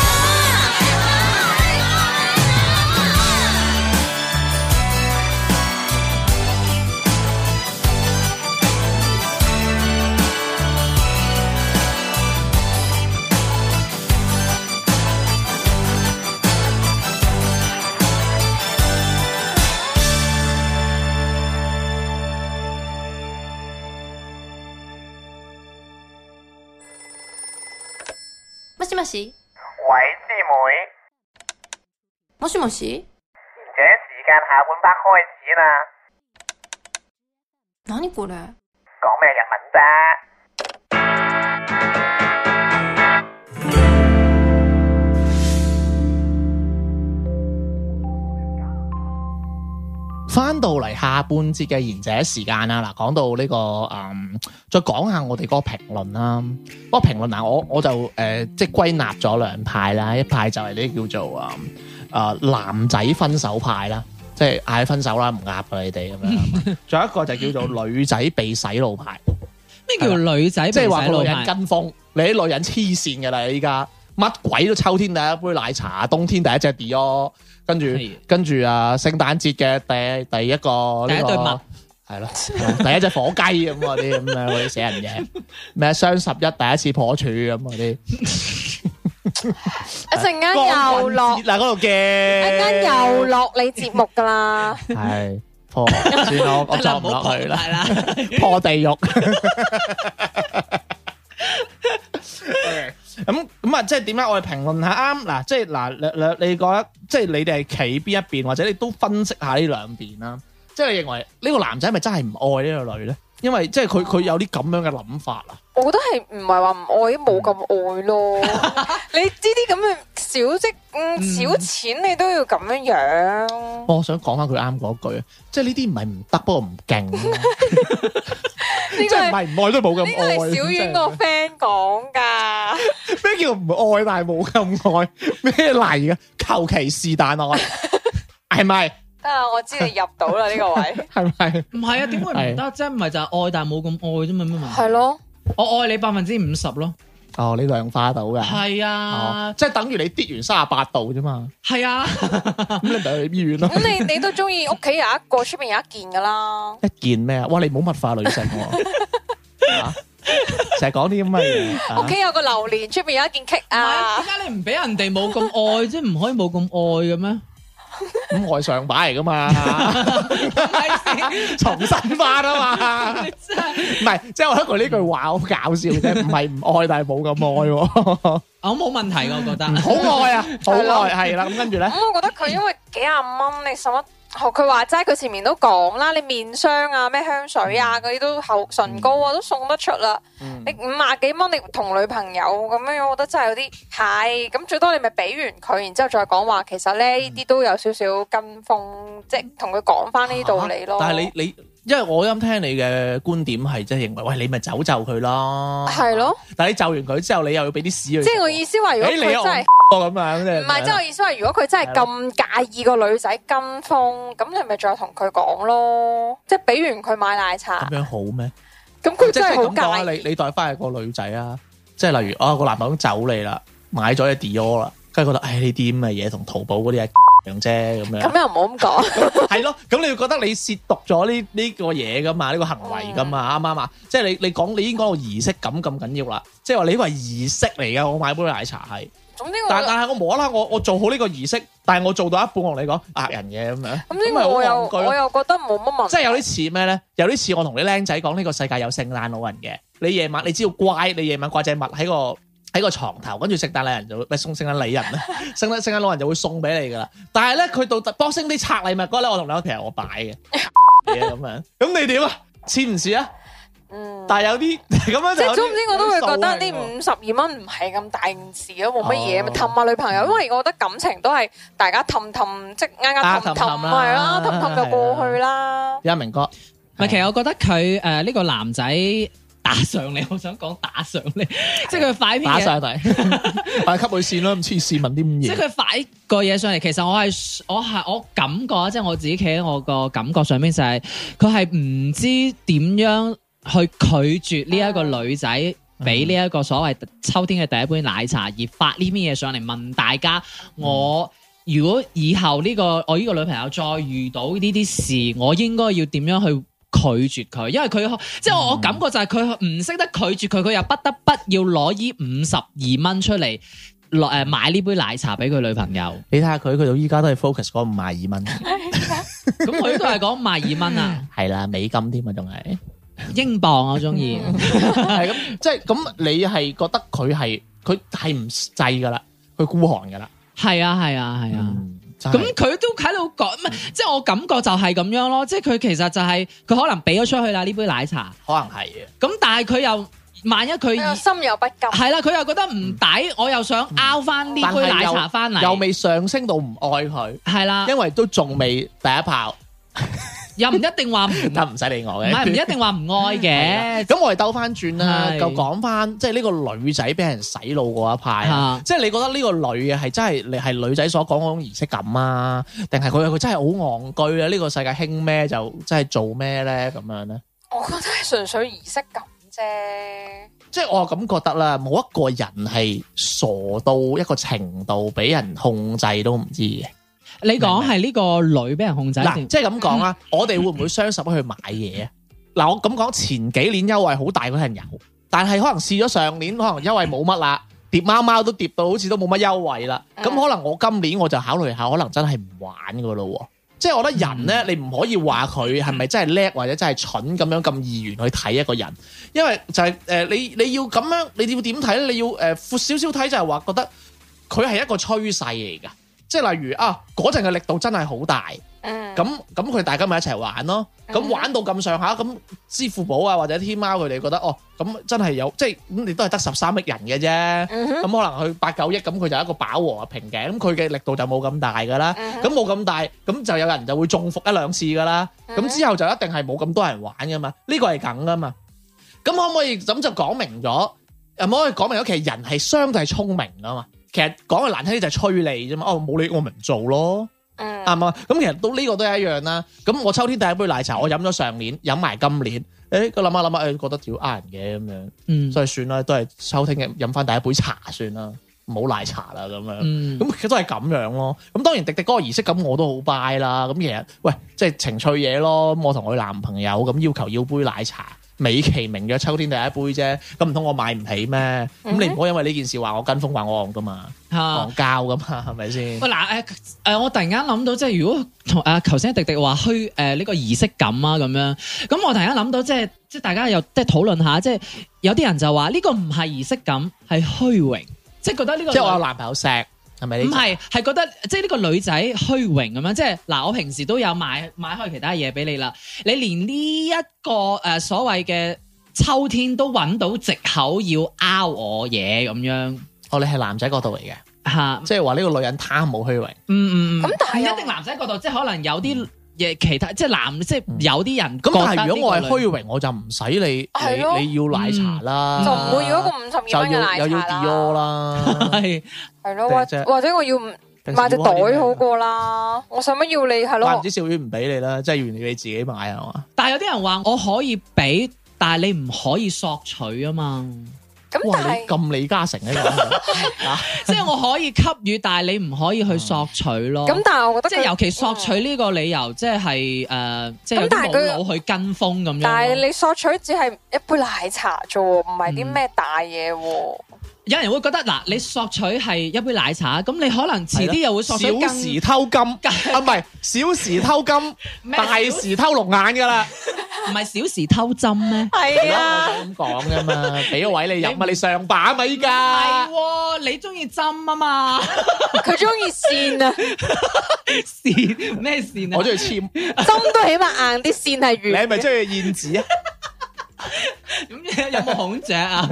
もし
喂，師妹，
もしもし
賢者時間下半 part 開始啦，
何これ
講咩日文啫？
翻到嚟下半節嘅賢者時間啦，嗱，講到呢、個嗯，再講下我哋嗰個評論啦。嗰、個評論嗱，我我就誒、呃即係歸納咗兩派啦，一派就係呢啲叫做啊啊、男仔分手派啦，即係嗌分手啦，唔夾㗎你哋咁樣。仲有一個就叫做女仔被洗腦派，
咩叫女仔
即係話
被洗
個
腦
女人
派
跟風，你啲女人黐線㗎啦，依家乜鬼都秋天第哎一杯奶茶，冬天第一隻 Dior，跟住
係
跟住啊聖誕節嘅第第一個呢
第一
個
對襪
係咯，第一隻火雞咁嗰啲咁樣嗰啲死人
[laughs]
嘢，咩雙十一第一次破處咁嗰啲，
一陣
[laughs]
間又落，一
嗱啊嗰度
陣間
嘅，
又落你節目噶啦。
係破，算啦，
[laughs]
我我
得啦
作唔落去啦。
係啦， [laughs]
破地 [laughs] 獄。咁咁啊，即係點咧？我哋評論下啱嗱，即係嗱，兩兩你覺得即係你哋係企邊一邊，或者你都分析下呢兩邊啦。即係你認為呢個男仔係咪真係唔愛呢個女咧？因為即係佢佢有啲咁樣嘅諗法啊。
我覺得係唔係話唔愛，冇咁愛咯。你呢啲咁嘅小積嗯小錢，你都要咁樣樣。
我想講翻佢啱嗰句，即係呢啲唔係唔得，不過唔勁
[laughs]
咯，
呢
即
個
係唔
係
係唔愛都冇咁
呢個
愛。
係小
真
遠
係
個 friend 講㗎。
咩叫唔愛但係冇咁愛？咩嚟嘅？求其是但
[laughs]
愛係咪？
得啦，我知你入到啦呢個位。
係咪？
唔係啊？點會唔得啫？唔係就係愛，但係冇咁愛啫嘛？咩問題？
[laughs] 係咯，
我愛你百分之五十咯。
哦，你量化到嘅。
係
哦
啊，，
即係等於你跌完三十八度啫嘛，
係啊，
咁你咪去醫
[laughs]
院咯。
咁你你都中意屋企有一個，出面有一件㗎啦。
一件咩啊？哇！你唔好物化女
[laughs]
性喎，嚇成日講啲咁嘅嘢。
屋企有個榴蓮，出面有一件棘
唔係
啊
點。解你唔俾人哋冇咁愛啫？唔可以冇咁愛嘅咩？
嚇咁外上擺嚟噶
[laughs]
嘛，
係先
重新翻啊嘛。
你真係
唔係，即係我覺得佢呢句話好搞笑啫，唔係唔愛，但係冇咁愛
[laughs]
喎，
我哦冇問題㗎，我覺得。
好愛啊，好愛係啦。咁跟住咧，
咁啊我覺得佢因為幾廿蚊，你使乜？學佢話齋，佢前面都講啦，你面霜啊、咩香水啊嗰啲都口唇膏啊都送得出啦。
嗯
你五廿幾蚊，你同女朋友咁樣樣，我覺得真係有啲係咁，最多你咪俾完佢，然之後再講話，其實咧呢啲都有少少跟風，即係同佢講翻呢啲道理咯。
啊但係你你，因為我啱聽你嘅觀點係即係認為，喂你咪走就佢咯。
係咯，
但係你就完佢之後，你又要俾啲屎佢食喎。
即係我意思話，如果
誒
佢
你
真
又
係
戇鳩咁樣啫，
唔係，即係我意思話，如果佢真係咁介意個女仔跟風，咁你咪再同佢講咯，即係俾完佢買奶茶
咁，樣好咩？
咁佢
即
真係
係咁講
好
啊！
介意。
你你代翻係個女仔啊，即係例如啊個男朋友走你啦，買咗隻 Dior 啦，跟住覺得唉呢啲咁嘅嘢同淘寶嗰啲係一樣啫咁樣，
咁又唔啊好咁
[laughs]
講，
係咯，咁你會覺得你褻瀆咗呢呢個嘢噶嘛？呢個行為噶
嗯
嘛？啱唔啱啊？即係你你講你已經講到儀式感咁緊要啦，即係話你呢個係儀式嚟噶，我買杯奶茶係，
總之
[laughs] 但
我
但係我無啦啦我我做好呢個儀式，但係我做到一半我同你講呃人嘅咁樣，
咁呢
咪
個
好
我又
戇居咯
我又覺得冇乜問題，
即係有啲似咩咧？有啲似我同你僆仔講呢個世界有聖誕老人嘅，你夜晚你只要乖，你夜晚掛隻襪喺個喺個床頭，跟住聖誕禮人就會唔係送聖誕禮人啊，
[laughs]
聖誕聖誕老人就會送俾你噶啦。但係咧佢到 boxing 啲拆禮物嗰日咧，我同你講其實我擺嘅嘢咁
[laughs]
樣，咁你點啊？似唔似啊？
嗯。
但係有啲咁樣
即
就有
係
啲
總之我都會覺得呢
有啲數喺度
五十二蚊唔係咁大件事咯，冇乜嘢
哦
咪氹下女朋友，因為我覺得感情都係大家氹氹，即係啱啱氹
啊氹
氹
氹啦啊
係啦，氹氹就過去啦。
一明哥，
唔係，其實我覺得佢呃誒呢個男仔打上嚟，我想講打上嚟，即係佢快啲
打
嘢，
晒
[laughs]
[laughs] 底，但係吸佢線啦，咁黐線問啲
即
咁嘢。
係佢快個嘢上嚟。其實我係我係我感覺，啊即係我自己企喺我個感覺上邊，就係佢係唔知點樣去拒絕呢一個女仔。俾呢一個所謂秋天嘅第一杯奶茶，而發呢篇嘢上嚟問大家，我如果以後呢、個我呢個女朋友再遇到呢啲事，我應該要點樣去拒絕佢？因為佢即係我我感覺就係佢唔識得拒絕佢，佢又不得不要攞呢五十二蚊出嚟。落誒買呢杯奶茶俾佢女朋友，
你睇下佢，佢到依家都係 focus 嗰 [laughs] 五廿二蚊，
咁佢都係講賣二蚊啊，
[laughs] 係啦，美金添啊，仲係。
英鎊我中意，
係 [laughs] 咁，即係咁，你係覺得佢係佢係唔制噶啦，佢孤寒噶啦，
係啊係啊係啊。
真係嗯
咁佢都喺度講，唔係即係我感覺就係咁樣咯，即係佢其實就係、佢可能俾咗出去啦呢杯奶茶，
可能係嘅，
咁但係佢又萬一佢
佢又心有不甘，
係啦，佢又覺得唔抵，我又想拗翻呢
嗯但係
杯
又
奶茶翻嚟，
又未上升到唔愛佢，
係啦，
因為都仲未第一炮，
又唔一
[laughs]
定話唔
得啊唔使理我
唔
嘅，
係唔一定話唔愛嘅，
咁我哋兜翻轉啦，
係
就講翻即係呢個女仔俾人洗腦嗰一派啊
啊，
即係你覺得呢個女嘅係真係你係女仔所講嗰種儀式感啊，定係佢佢真係好戇居啊？呢個世界興咩就真係做咩咧咁樣咧？
我覺得係純粹儀式感啫。
即係我咁覺得啦，冇一個人係傻到一個程度俾人控制都唔知嘅。
你講係呢個女俾人控制
嗱，
定
即係咁講啦，我哋會唔會雙十一去買嘢啊？嗱，我咁講前幾年優惠好大嗰陣有，但係可能試咗上年，可能優惠冇乜啦，疊貓貓都疊到好似都冇乜優惠啦。咁
嗯
可能我今年我就考慮下，可能真係唔玩噶咯喎。即係我覺得人咧，你唔可以話佢係咪真係叻或者真係蠢咁樣咁二元去睇一個人，因為就係、呃你你要咁樣，你要點睇咧？你要誒、呃、闊少少睇，就係話覺得佢係一個趨勢嚟㗎。即係例如啊，嗰陣嘅力度真係好大。
嗯，
咁咁佢大家咪一齊玩咯。咁
嗯
玩到咁上下，咁支付寶啊或者天貓佢哋覺得哦，咁真係有即係咁你都係得十三億人嘅啫。
嗯哼
咁可能佢八九億，咁佢就一個飽和嘅瓶頸，咁佢嘅力度就冇咁大噶啦。
嗯
咁冇咁大，咁就有人就會中伏一兩次噶啦。
嗯
咁之後就一定係冇咁多人玩噶嘛，呢個係梗噶嘛。咁可唔可以咁就講明咗？可唔可以講明咗？其實人係相對係聰明噶嘛。其實講句難聽啲就係催你啫嘛。哦，冇你我咪唔做咯。
嗯
啱啊！咁其實到呢個都係一樣啦。咁我秋天第一杯奶茶，我飲咗上年，飲埋今年。誒，佢諗下諗下，誒覺得屌呃人嘅咁樣，
嗯
所以算啦，都係秋天嘅飲翻第一杯茶算啦，唔好奶茶啦咁樣。
嗯
咁其實都係咁樣咯。咁當然迪迪嗰個儀式感我都好 buy 啦。咁其實喂，即係情趣嘢咯。咁我同佢男朋友咁要求要杯奶茶，美其名曰秋天第一杯啫。咁唔通我買唔起咩？咁你唔好因為呢件事話我跟風話我戇噶嘛，
嚇
戇交噶嘛，係咪先？
喂嗱誒誒，我突然間諗到，即係如果同啊頭先迪迪話虛誒呢個儀式感啊咁樣，咁我突然間諗到，即係即係大家又即係討論下，即係有啲人就話呢個唔係儀式感，係虛榮，即係覺得呢個
即係我有男朋友錫，係咪呢
唔
種？
係，係覺得即係呢個女仔虛榮咁樣，即係嗱，我平時都有買買開其他嘢俾你啦，你連呢、一個誒、呃所謂嘅秋天都揾到藉口要拗我嘢咁樣
哦，你係男仔角度嚟嘅，
嚇，
嗯
即係話呢個女人貪慕虛榮，
嗯嗯，
咁但係
唔
又嗯
一定男仔角度，即係可能有啲嘢其他，即係男即係有啲人
咁但係
係
如果我係虛榮，我就唔使你
係咯嗯
你你要奶茶啦，
就唔會要一個五十
就
二蚊嘅
要
奶
又要
茶
Dior
啦， [laughs]
啦，
係
係嗯咯，或
定係
或者我要唔
啊
買隻袋好過啦，我使乜要你係
怪唔
咯？
知少於唔俾你啦，即係原來你自己買啊係嘛？
但係有啲人話我可以俾，但係你唔可以索取啊嘛，
[laughs] 咁
哇，
但
你
係
咁李嘉誠
[laughs]
呢個啊
即係我可以給予，但係你唔可以去索取咯。
咁但係我覺
即
得佢嗯
係尤其索取呢個理由，即係誒，即係有
咁
啲
但係佢
冇腦去跟風咁
但係
樣。
你索取只係一杯奶茶啫喎，唔係
嗯
啲咩大嘢喎。
有人會覺得嗱，你索取係一杯奶茶，咁你可能遲啲又會索取
小
更
時偷金啊，唔係小時偷
[laughs]
金，
咩
大
小
時偷龍眼㗎啦，
唔係小時偷針
[laughs]
咩？
係啊，
我咁講㗎嘛，俾個位你飲啊，你上把咪依家
係。喎，你中意針啊嘛？
佢中意線啊， [laughs]
線咩線啊？
我中意簽，你
針都起碼硬啲，線係
係
圓
咪
嘅。
中意燕子啊？
咁 [laughs] 有冇孔
[laughs]
雀啊？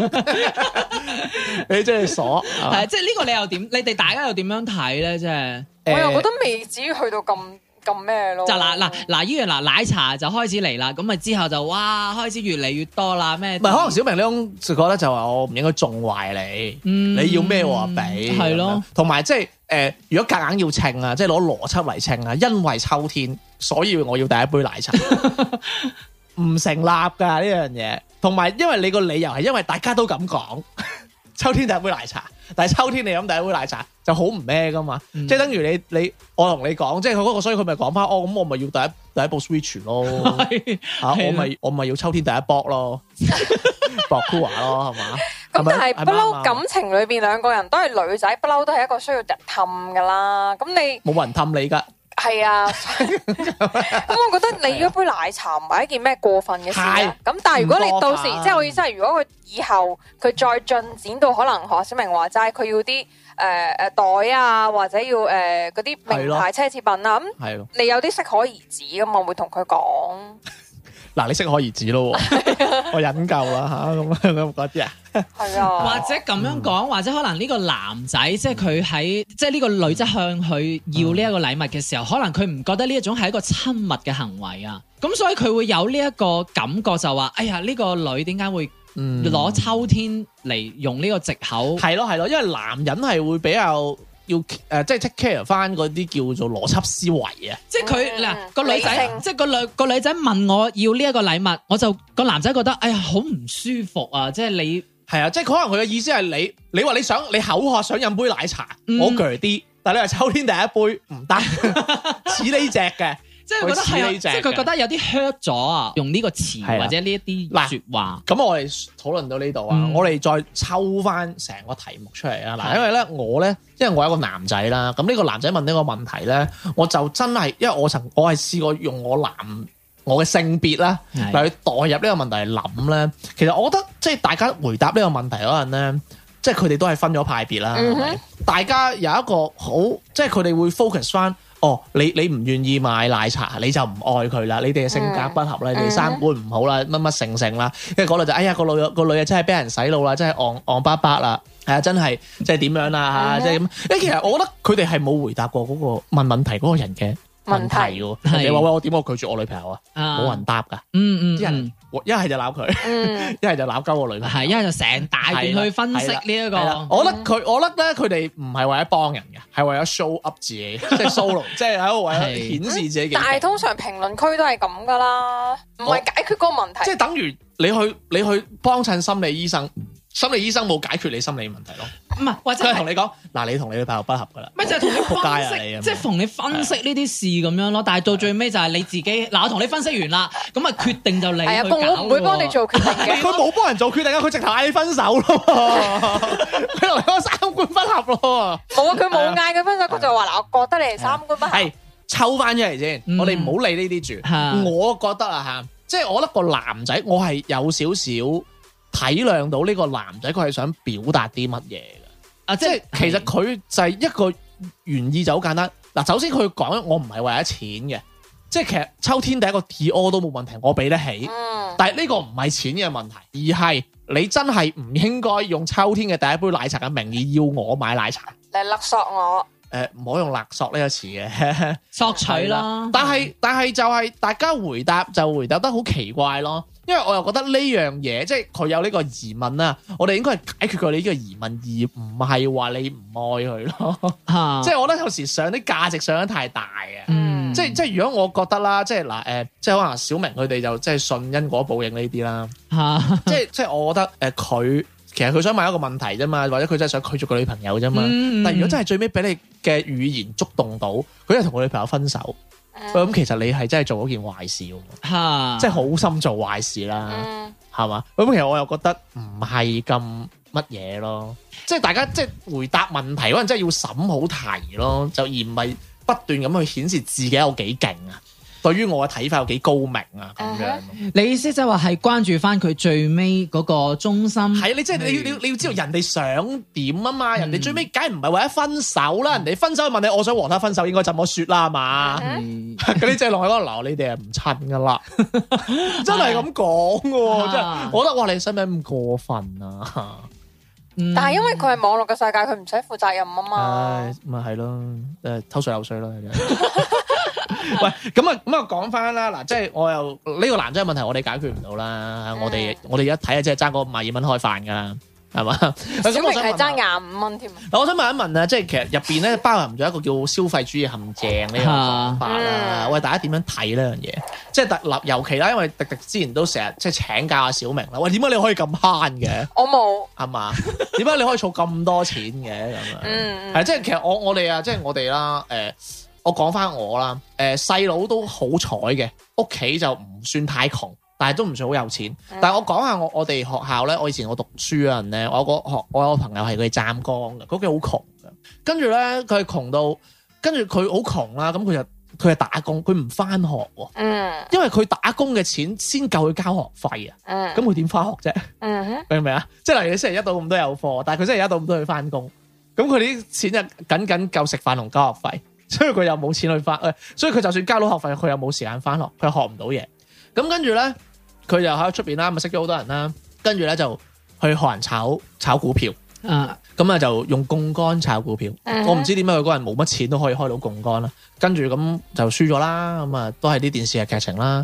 你中意鎖？
係即係呢個你又點？你哋大家又點樣睇咧？即係
我又覺
誒
得未至於去到咁咁咩咯。
就嗱嗱嗱，依樣嗱奶茶就開始嚟啦，咁啊之後就哇開始越嚟越多啦咩？
唔係，可能小明呢種就覺得就話我唔應該縱壞你，
嗯
你要咩我話俾，
係咯
咁樣。同埋即係誒，如果夾硬要稱啊，即係攞邏輯嚟稱啊，因為秋天，所以我要第一杯奶
[laughs]
茶，唔成立㗎呢樣嘢。同埋因為你個理由係因為大家都咁講， [laughs] 秋天第一杯奶茶，但係秋天你飲第一杯奶茶就好唔咩㗎嘛，
嗯
即係等於你你我同你講，即係佢嗰個，所以佢咪講翻哦，咁我咪要第一第一部 Switch
[laughs]
咯。
係
[laughs] 啊！
係
我
啦
咪我咪要秋天第一搏咯， [laughs] 搏 cool 咯，係嘛？
咁，但係
咪
不
咪
嬲，
啱啊
感情裏邊兩個人都係女仔，不嬲都係一個需要人氹噶啦。咁你
冇人氹你噶，
係啊，咁我覺得你嗰杯奶茶唔係一件咩過分嘅事啊。咁但係如果你到時，
唔過分
即係我意思係，如果佢以後佢再進展到可能何小明話齋，佢要啲诶诶袋啊，或者要诶嗰啲
係
名
咯
牌奢侈品啊，咁
係咯，
你有啲適可而止咁，我會同佢講。
嗱你適可而止咯喎，
[laughs]
我引咎啦吓，咁咁嗰啲啊，
係啊，
或者咁樣
嗯
講，或者可能呢個男仔即係佢喺即係呢個女仔向佢要呢一個禮物嘅時候，可能佢唔覺得呢一種係一個親密嘅行為啊，咁所以佢會有呢一個感覺就話：哎呀，呢、個女點解會
嗯
攞秋天嚟用呢個藉口？
係咯係咯，因為男人係會比較要誒，即係 take care 翻嗰啲叫做邏輯思維啊。
即係佢
嗯
嗱個女
理
仔
性，
即係個女個女仔問我要呢一個禮物，我就個男仔覺得哎呀好唔舒服啊！即係你
係啊，即係可能佢嘅意思係你，你話你想你口渴想飲杯奶茶，
嗯
我鋸啲，但你話秋天第一杯唔
[laughs]
得，似呢只嘅。
即係覺得
佢似
係啊
呢隻
即係佢
嘅
覺得有啲 hurt 咗啊！用呢個詞
係啊
或者呢一啲
嗱
説話，
咁我哋討論到呢度啊，
嗯
我哋再抽翻成個題目出嚟啊！嗱，
係
因為咧我咧，因為我有一個男仔啦，咁呢個男仔問呢個問題咧，我就真係因為我曾我係試過用我男我嘅性別啦。
係
嗱，去代入呢個問題嚟諗咧，其實我覺得即係大家回答呢個問題嗰陣咧，即係佢哋都係分咗派別啦，
嗯
係咪大家有一個好，即係佢哋會 focus 翻。哦，你你唔願意買奶茶，你就唔愛佢啦。你哋嘅性格不合啦，
嗯
你哋三觀唔好啦，乜乜成成啦。跟住嗰度就，哎呀，個女個女啊，真係俾人洗腦啦，真係戇戇巴巴啦，係啊，真係即係點樣啦
嗯
嚇，即係咁。誒，其實我覺得佢哋係冇回答過嗰個問問題嗰個人嘅問
問題
題嘅
係
喎。你話喂，我點我拒絕我女朋友啊？冇人答㗎。
嗯嗯，
啲人我一係就鬧佢， [laughs]
嗯，
一係就鬧鳩個女朋友。
係一係就成大段去分析呢一
係啦
個。
我覺得佢，我覺得咧，佢哋唔係為咗幫人嘅，係為咗 show up 自己，即係 solo，即係喺度為咗
係
顯示自己幾勁。
但係通常評論區都係咁噶啦，唔
我
係解決嗰個問題
即。係等於你去你去幫襯心理醫生，心理醫生冇解決你心理問題咯，
唔係或者
佢係
係
同你講嗱，你同你女朋友不合噶啦，
咪就係同你
仆街啊你
分析，
咁
即係同你分析呢啲事咁樣咯。但係到最尾就係你自己嗱，我同你分析完啦，咁啊決定就你
係啊，
去
共我唔會
搞
幫你
喎。
做決定
佢 [laughs]
嘅。
冇幫人做決定啊，佢直頭嗌你分手咯，佢同你講三觀不合咯。
冇啊，佢冇嗌佢分手，佢就話嗱，我覺得你哋三觀不合。
係抽翻出嚟先，
嗯
我哋唔好理呢啲
嚇
住。我覺得啊嚇，即係我覺得個男仔，我係有少少體諒到呢個男仔，佢係想表達啲乜嘢嘅。
啊，
即
即
係
係
其實佢就係一個原意就好簡單。嗱，首先佢講我唔係為咗錢嘅，即係其實秋天第一個 Dior 都冇問題，我俾得起。
嗯，
但係呢個唔係錢嘅問題，而係你真係唔應該用秋天嘅第一杯奶茶嘅名義要我買奶茶。
嚟勒索我。
誒唔好用勒索呢個詞嘅。
索取啦。
但係但係就係大家回答就回答得好奇怪咯，因為我又覺得呢樣嘢即係佢有呢個疑問啦，我哋應該係解決佢呢個疑問，而唔係話你唔愛佢咯。
嚇
即係我覺得有時上啲價值上得太大嘅。
啊嗯
即係即係，如果我覺得啦，即係嗱誒，即係可能小明佢哋就即係信因果報應呢啲啦。
嚇
[laughs] 即係即係我覺得誒佢、其實佢想問一個問題啫嘛，或者佢真係想拒絕個女朋友啫嘛。
嗯
但如果真係最尾俾你嘅語言觸動到，佢係同個女朋友分手，喂咁、其實你係真係做咗件壞事喎，
啊
即
嚇，
係好心做壞事啦，
嗯，
係嘛、咁其實我又覺得唔係咁乜嘢咯，即係大家即係回答問題嗰陣真係要審好題咯，就而唔係不斷咁去顯示自己有幾勁啊，對於我嘅睇法有幾高明啊咁樣咯。
你意思即係話係關注翻佢最尾嗰個中心。
係啊你即係你要你要你要知道人哋想點啊嘛，人哋最尾梗係唔係為咗分手啦，人哋分手問你，我想和他分手應該怎麼說啦係嘛？
嗯
[laughs]
嗰啲即係落喺嗰度鬧你哋係唔襯噶啦，真係咁講嘅喎，真係
啊
我覺得哇你使唔使咁過分
[laughs]
啊？
嗯
但係因為佢係網絡嘅世界，佢唔使負責任啊嘛
唉。，咪係咯，誒偷税漏税咯。
[laughs]
[laughs] 喂，咁啊咁啊，講翻啦，嗱，即係我又呢個男仔嘅問題，我哋解決唔到啦，我
嗯
哋我哋一睇啊，即係爭嗰五廿二蚊開飯㗎啦，係
[laughs]
嘛？
小
咁
明
我想
係
問
爭
下
廿五蚊添啊。
嗱，我想問一問啊，即係其實入邊咧包含咗一個叫消費主義陷阱呢個講法啦。
嗯
喂，大家點樣睇呢樣嘢？即係特立，尤其啦，因為迪迪之前都成日即係請教阿小明啦。喂，點解你可以咁慳嘅？
我冇。
係
[laughs]
嘛？點解你可以儲咁多錢嘅咁樣？
嗯，
係即係其實我我哋啊，即係我哋啦，誒、我講翻我啦，誒細佬都好彩嘅，屋企就唔算太窮，但係都唔算好有錢。但係我講下我我哋學校咧，我以前我讀書嗰陣咧，我有個學我有個朋友係佢哋湛江嘅，佢屋企好窮嘅，跟住咧佢係窮到，跟住佢好窮啦，咁佢就佢係打工，佢唔翻學喎，
嗯
因為佢打工嘅錢先夠佢交學費啊，
嗯
咁佢點翻學啫？
嗯哼
明唔明啊？即係例如你星期一到五都有課，但係佢星期一到五都去翻工，咁佢啲錢就僅僅夠食飯同交學費，所以佢又冇錢去翻，誒，所以佢就算交到學費，佢又冇時間翻學，佢又學唔到嘢。咁跟住咧，佢就喺出邊啦，咪啊識咗好多人啦，跟住咧就去學人炒炒股票。
啊，
咁啊就用杠杆炒股票，
嗯
我唔知點解佢嗰人冇乜錢都可以開到杠杆啦，跟住咁就輸咗啦，咁啊都係啲電視嘅劇情啦，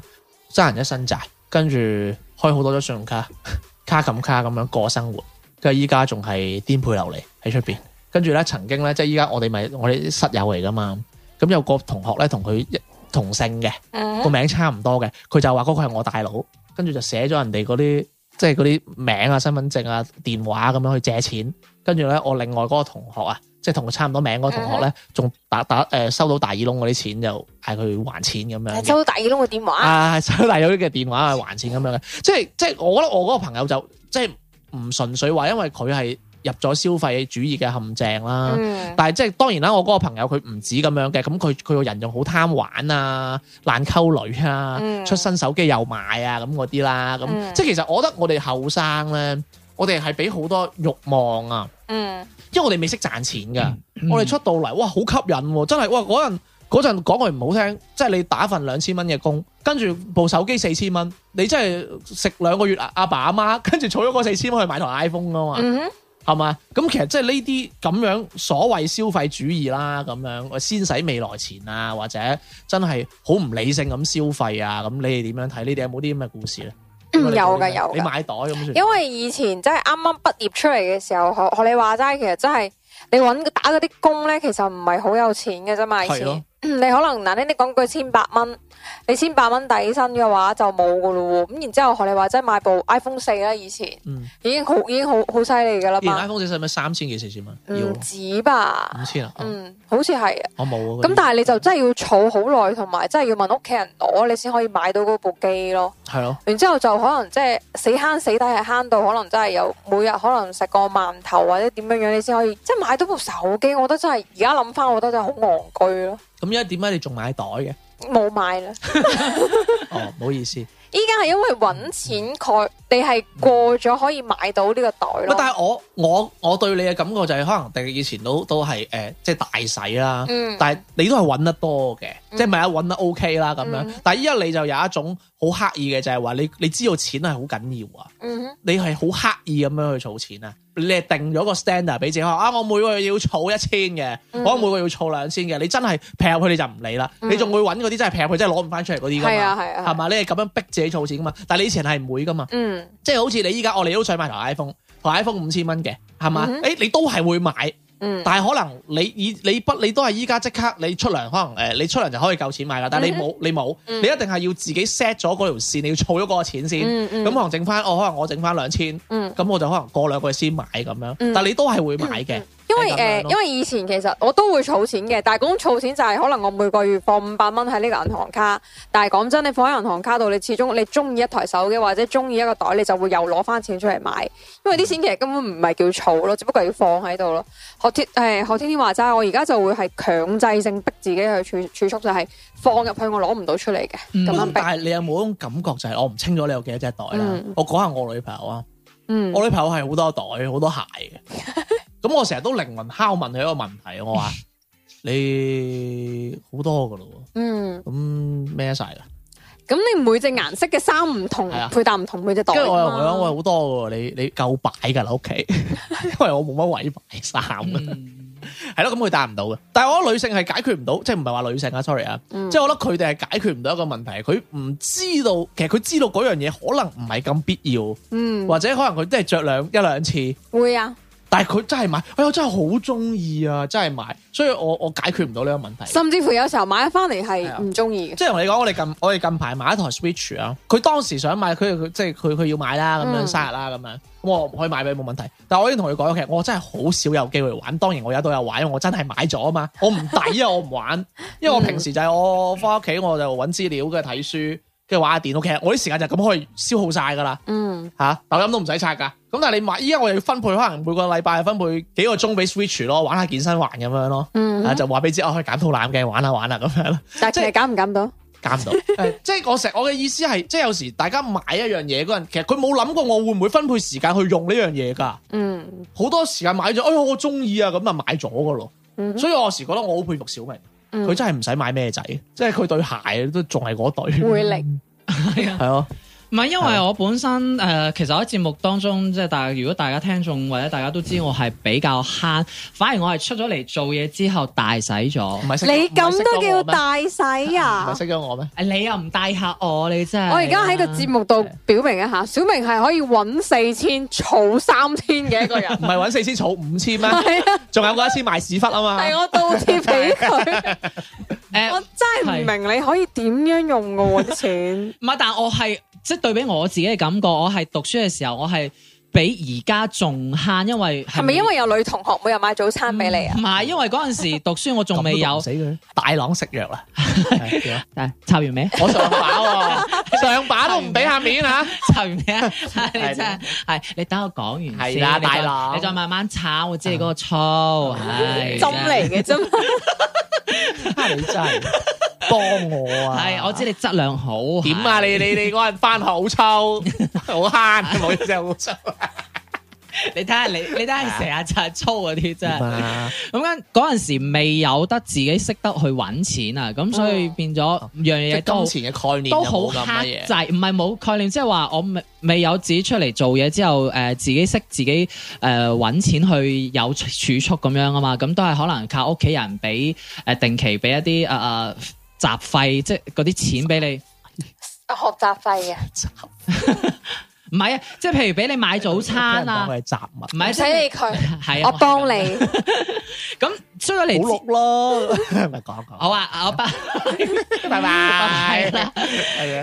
揸人一身債，跟住開好多張信用卡， [laughs] 卡冚卡咁樣過生活，跟住依家仲係顛沛流離喺出邊，跟住咧曾經咧即係依家我哋咪我哋啲室友嚟噶嘛，咁有個同學咧同佢一同姓嘅。
嗯
個
哼
名差唔多嘅，佢就話嗰個係我大佬，跟住就寫咗人哋嗰啲即係嗰啲名啊、身份證啊、電話咁樣去借錢，跟住咧我另外嗰個同學啊，即係同佢差唔多名嗰個同
嗯
學咧，仲打打誒、呃收到大耳窿嗰啲錢就嗌佢還錢咁樣
係
嘅。
[laughs] 收到第二窿嘅電話，
嗯啊，收到大耳窿嘅電話去還錢咁樣嘅，即係即係我覺得我嗰個朋友就即係唔純粹話，因為佢係入咗消費主義嘅陷阱啦。
嗯
但係即係當然啦，我嗰個朋友佢唔止咁樣嘅，咁佢佢個人仲好貪玩啊、爛溝女啊、
嗯
出新手機又買啊咁嗰啲啦，咁、
嗯
即係其實我覺得我哋後生咧，我哋係俾好多慾望啊，
嗯
因為我哋未識賺錢㗎，
嗯
我哋出到嚟哇好吸引喎、真係哇嗰陣嗰陣講句唔好聽，即係你打份兩千蚊嘅工，跟住部手機四千蚊，你真係食兩個月阿阿爸阿媽，跟住儲咗嗰四千蚊去買台 iPhone 啊嘛。
嗯哼
係嘛？咁其實即係呢啲咁樣所謂消費主義啦，咁樣先使未來錢啊，或者真係好唔理性咁消費啊，咁你哋點樣睇？你哋有冇啲咁嘅故事咧？
嗯
你哋
有㗎
點樣睇
有㗎
你買袋咁算
因為以前真係啱啱畢業出嚟嘅時候，學學你話齋，其實真係你揾打嗰啲工咧，其實唔係好有錢嘅啫嘛。以
係
前嗯
咯
你可能嗱，你講句千八蚊，你千八蚊底薪嘅話就冇噶咯喎。咁然之後學你話齋買部 iPhone 四啦，以前
嗯，
已經好已經好好犀利噶啦
以前
嘛，
iPhone 四使唔使三千幾四千蚊？要
唔
五
止嗯吧？
千啊？哦
嗯，好似係啊。
我冇啊。
咁但係你就真係要儲好耐，同埋真係要問屋企人攞，你先可以買到嗰部機咯。
係咯，
然之後就可能即係死慳死抵係慳到可能真係有每日可能食個饅頭或者點樣樣，你先可以即係買到部手機。我覺得真係而家諗翻，我覺得真係好戇居咯，
咁而家點解你仲買袋嘅？
冇買啦。
哦，唔好意
[laughs]
思。喂，
依家係因為揾錢蓋，你係過咗可以買到呢個袋
但
咯。
係我我我對你嘅感覺就係可能定以前都都係誒，即係大使啦。
嗯，
但係你都係揾得多嘅，
嗯
即係咪啊揾得 OK 啦咁樣。
嗯
但係依家你就有一種好刻意嘅，就係話你你知道錢係好緊要啊，
嗯哼
你係好刻意咁樣去儲錢啊。你係定咗個 standard 俾自己話啊，我每個月要儲一千嘅，
嗯
我每個月要儲兩千嘅。你真係劈入去你就唔理啦，
嗯
你仲會揾嗰啲真係劈入去真係攞唔翻出嚟嗰啲㗎
係啊
嘛。
係啊，
係嘛？你係咁樣逼自己儲錢噶嘛？但係你以前係唔會噶嘛？
嗯
即係好似你依家，我哋都想買台 iPhone，台 iPhone 五千蚊嘅，係嘛？誒、
嗯哼
你都係會買，
嗯
但係可能你以你不你都係依家即刻你出糧，可能誒、呃你出糧就可以夠錢買啦，但係你冇你冇，
嗯
你一定係要自己 set 咗嗰條線，你要儲咗嗰個錢先，咁、
嗯嗯
可能剩翻哦，可能我剩翻兩千，
嗯。
咁我就可能過兩個月先買咁樣，
嗯
但係你都係會買嘅，
因為
係咁樣
誒、呃
咯
因為以前其實我都會儲錢嘅，但係嗰種儲錢就係可能我每個月放五百蚊喺呢個銀行卡，但係講真，你放喺銀行卡度，你始終你中意一台手機或者中意一個袋，你就會又攞翻錢出嚟買，因為啲錢其實根本唔係叫儲咯，只不過係要放喺度咯。學天誒、呃、學天天話齋，我而家就會係強制性逼自己去儲儲蓄，就係放入去我攞唔到出嚟嘅咁
嗯
樣
咁啊但
逼。
係你有冇嗰種感覺就係哦我唔清楚你有幾多隻袋啦？
嗯
我講下我女朋友啊，
嗯
我女朋友係好多袋好多鞋嘅，咁我成日都靈魂拷問佢一個問題，我
[laughs]
話你好多噶咯喎，
嗯，
咁孭晒啦。
咁你每隻顏色嘅衫唔同
係啊，
配搭唔同每隻袋㗎
跟
嘛。
住我又同佢講，我話好多喎，你你夠擺㗎啦屋企，
[laughs]
因為我冇乜位擺衫啊，
嗯
係咯，咁佢答唔到嘅。但係我覺得女性係解決唔到，即係唔係話女性啊，sorry 啊，
嗯
即係我覺得佢哋係解決唔到一個問題，佢唔知道，其實佢知道嗰樣嘢可能唔係咁必要，
嗯
或者可能佢真係着兩一兩次，
會啊。
但係佢真係買，哎呀，我真係好中意啊，真係買，所以我我解決唔到呢個問題。
甚至乎有時候買翻嚟
係啊
係唔中意嘅。
即係同你講，我哋近我哋近排買一台 Switch 啊，佢當時想買，佢佢即係佢佢要買啦，咁樣
嗯
生日啦，咁樣咁我可以買俾你冇問題。但係我已經同佢講，其實我真係好少有機會玩。當然我而家都有玩，因為我真係買咗啊嘛，我唔抵啊，我唔
[laughs]
玩，因為我平時就係我翻屋企我就揾資料，跟住睇書，跟住玩下電腦。其實我啲時間就咁可以消耗晒㗎啦，
嗯
嚇、抖音都唔使刷㗎，咁但係你買，依家我又要分配，可能每個禮拜分配幾個鐘俾 Switch 咯，玩下健身環咁樣咯。啊，
嗯，
就話俾你知，我去減肚腩嘅，玩下玩下咁樣咯，
但系
即
其实减唔减到？
減唔到。誒即係我成我嘅意思係，即係有時大家買一樣嘢嗰陣，其實佢冇諗過我會唔會分配時間去用呢樣嘢㗎。
嗯，
好多時間買咗，哎呀我中意啊，咁就買咗㗎咯。
嗯
所以我有時覺得我好佩服小明，佢、
嗯
真係唔使買咩仔，即係佢對鞋都仲係嗰對。
回力
係啊
係咯，
唔係因為我本身誒、呃其實我喺節目當中，即係大如果大家聽眾或者大家都知我係比較慳，反而我係出咗嚟做嘢之後大洗咗
唔。係識
你咁都叫
大？
大洗
唔
啊
係？識咗我咩？
誒你又唔帶下我，你真係。
我而家喺個節目度表明一下，小明係可以揾四千、儲三千嘅一個人。
唔係揾四千儲五千咩？
[laughs] 係啊，
仲有嗰一千賣屎忽啊
係
嘛！
我倒貼俾佢，
誒
我真係唔明你可以點樣用嘅喎啲錢。
唔係，但我係即係對比我自己嘅感覺，我係讀書嘅時候，我係比而家仲慳，因為嗯
係咪因為有女同學每日買早餐俾你啊
唔？係，因為嗰陣時讀書我仲
咁都
未
毒唔
有
死佢，大郎食藥
[laughs]
啦！
誒插
[laughs]
完未？
我上把喎，上把都唔俾下面啊！
插完未啊？你真係係你等我講完
係
先，
啦
你再
大佬啊
你再慢慢炒，我知你嗰個粗係嗯
針嚟嘅啫嘛，
你真係幫我 [laughs] 啊！
係我知你質量好。
點啊？
係
你你你嗰陣翻學好抽， [laughs] 好慳，冇嘢真係好 [laughs] 抽。
你睇下你你睇下成日就係粗嗰啲真係。
啊！
咁跟嗰陣時未有得自己識得去揾錢啊，咁所
哦
以變咗樣
即
嘢都
係。金錢嘅概念
都
有
好
冇咁
克
乜
制，
嘢。
唔係冇概念，即係話我未未有自己出嚟做嘢之後，誒、自己識自己誒揾、錢去有儲蓄咁樣啊嘛，咁都係可能靠屋企人俾誒、定期俾一啲誒誒雜費，即係嗰啲錢俾你。
學習費啊，
唔係啊，即係譬如俾你買早餐啊
俾，人講佢係雜物，
唔
唔
係
使
即係
理佢，
係啊，
我幫你。
咁出咗嚟之
好綠咯， [laughs] 咪講講。
好，啊，我爸。
拜拜。
拜
係啊，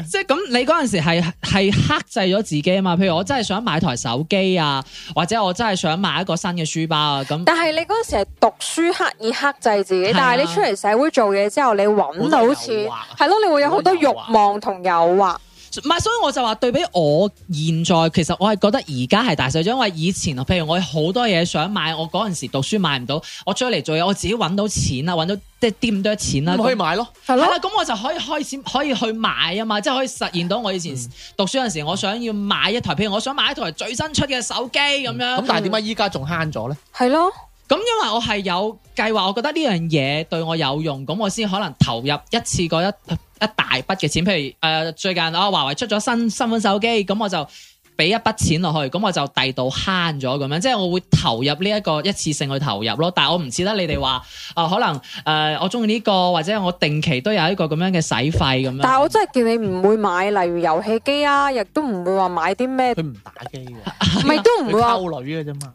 [laughs] 即係咁，你嗰陣時係係克制咗自己啊嘛。譬如我真係想買台手機啊，或者我真係想買一個新嘅書包啊。
嗯
咁
但係你嗰陣時係讀書刻意克制自己，
係啊
但係你出嚟社會做嘢之後，你揾到錢，
好多誘惑啊
係咯，你會有好多欲望同誘惑。
唔係，所以我就話對比我現在，其實我係覺得而家係大細咗，因為以前譬如我有好多嘢想買，我嗰陣時讀書買唔到，我出嚟做嘢，我自己揾到錢啦，揾到即係掂多錢啦。
咁可以
咁
買咯。
係啦，咁我就可以開始可以去買啊嘛，即係可以實現到我以
嗯
前讀書嗰陣時，我想要買一台，譬如我想買一台最新出嘅手機咁樣。
咁但係點解依家仲慳咗咧？
係咯，
咁因為我係有計劃，我覺得呢樣嘢對我有用，咁我先可能投入一次過一一大筆嘅錢。譬如誒、呃最近啊，華為出咗新新款手機，咁我就俾一筆錢落去，咁我就第度慳咗咁樣，即係我會投入呢一個一次性去投入咯。但係我唔似得你哋話啊，可能誒、呃我中意呢個，或者我定期都有一個咁樣嘅使費咁
嗯
樣。
但係我真係見你唔會買，例如遊戲機啊，亦都唔會話買啲
[laughs]
咩，
佢唔打機嘅，
咪都
啊
唔
佢
會話
溝女嘅啫嘛。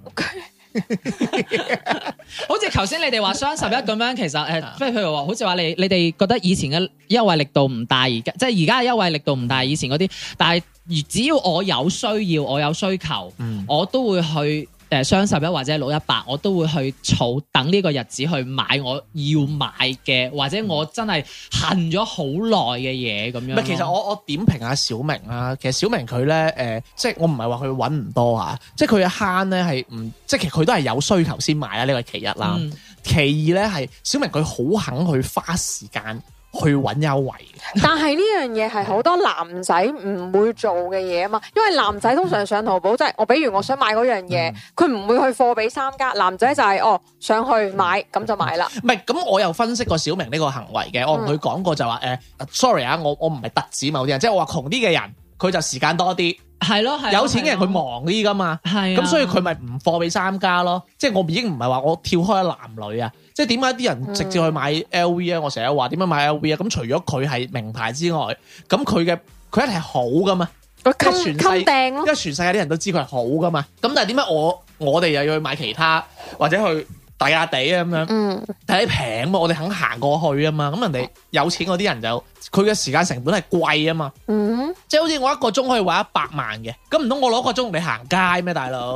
好似頭先你哋話雙十一咁樣，其實誒，
啊
即係譬如話，好似話你你哋覺得以前嘅優惠力度唔大，而家即係而家嘅優惠力度唔大，以前嗰啲，但係而只要我有需要，我有需求，
嗯
我都會去誒雙十一或者六一八，我都會去儲，等呢個日子去買我要買嘅，或者我真係恨咗好耐嘅嘢咁樣
唔
咯。
係，其實我我點評下啊小明啦。其實小明佢咧誒，即係我唔係話佢揾唔多啊，即係佢嘅慳咧係唔，即係其實佢都係有需求先買啊啦。呢個係其一啦。
嗯
其二咧係小明佢好肯去花時間去揾優惠。
但係呢樣嘢係好多男仔唔會做嘅嘢啊嘛，因為男仔通常上淘寶即係我，比如我想買嗰樣
嗯
嘢，佢唔會去貨比三家，男仔就係哦上去買咁就買啦。
唔係，咁我又分析過小明呢個行為嘅，我同佢
嗯
講過就話誒、s o r r y 啊，我我唔係特指某啲人，即係我話窮啲嘅人，佢就時間多啲，
係咯，係咯啊
有錢嘅人佢，忙啲噶嘛，
係啊
咁所以佢咪唔貨俾三家咯。即係我已經唔係話我跳開男女啊，即係點解啲人直接去買 LV 啊？我成日話點解買 LV 啊？咁除咗佢係名牌之外，咁佢嘅佢一定係好噶嘛。
佢
嗯即係
襟
全世
襟掟
因
咯，
為全世界啲人都知佢係好噶嘛，咁但係點解我我哋又要去買其他或者去抵下地啊咁樣？
嗯，
但係平嘛，我哋肯行過去啊嘛，咁人哋有錢嗰啲人就佢嘅時間成本係貴啊嘛，
嗯，
即係好似我一個鐘可以搵一百萬嘅，咁唔通我攞一個鐘同你行街咩，大佬？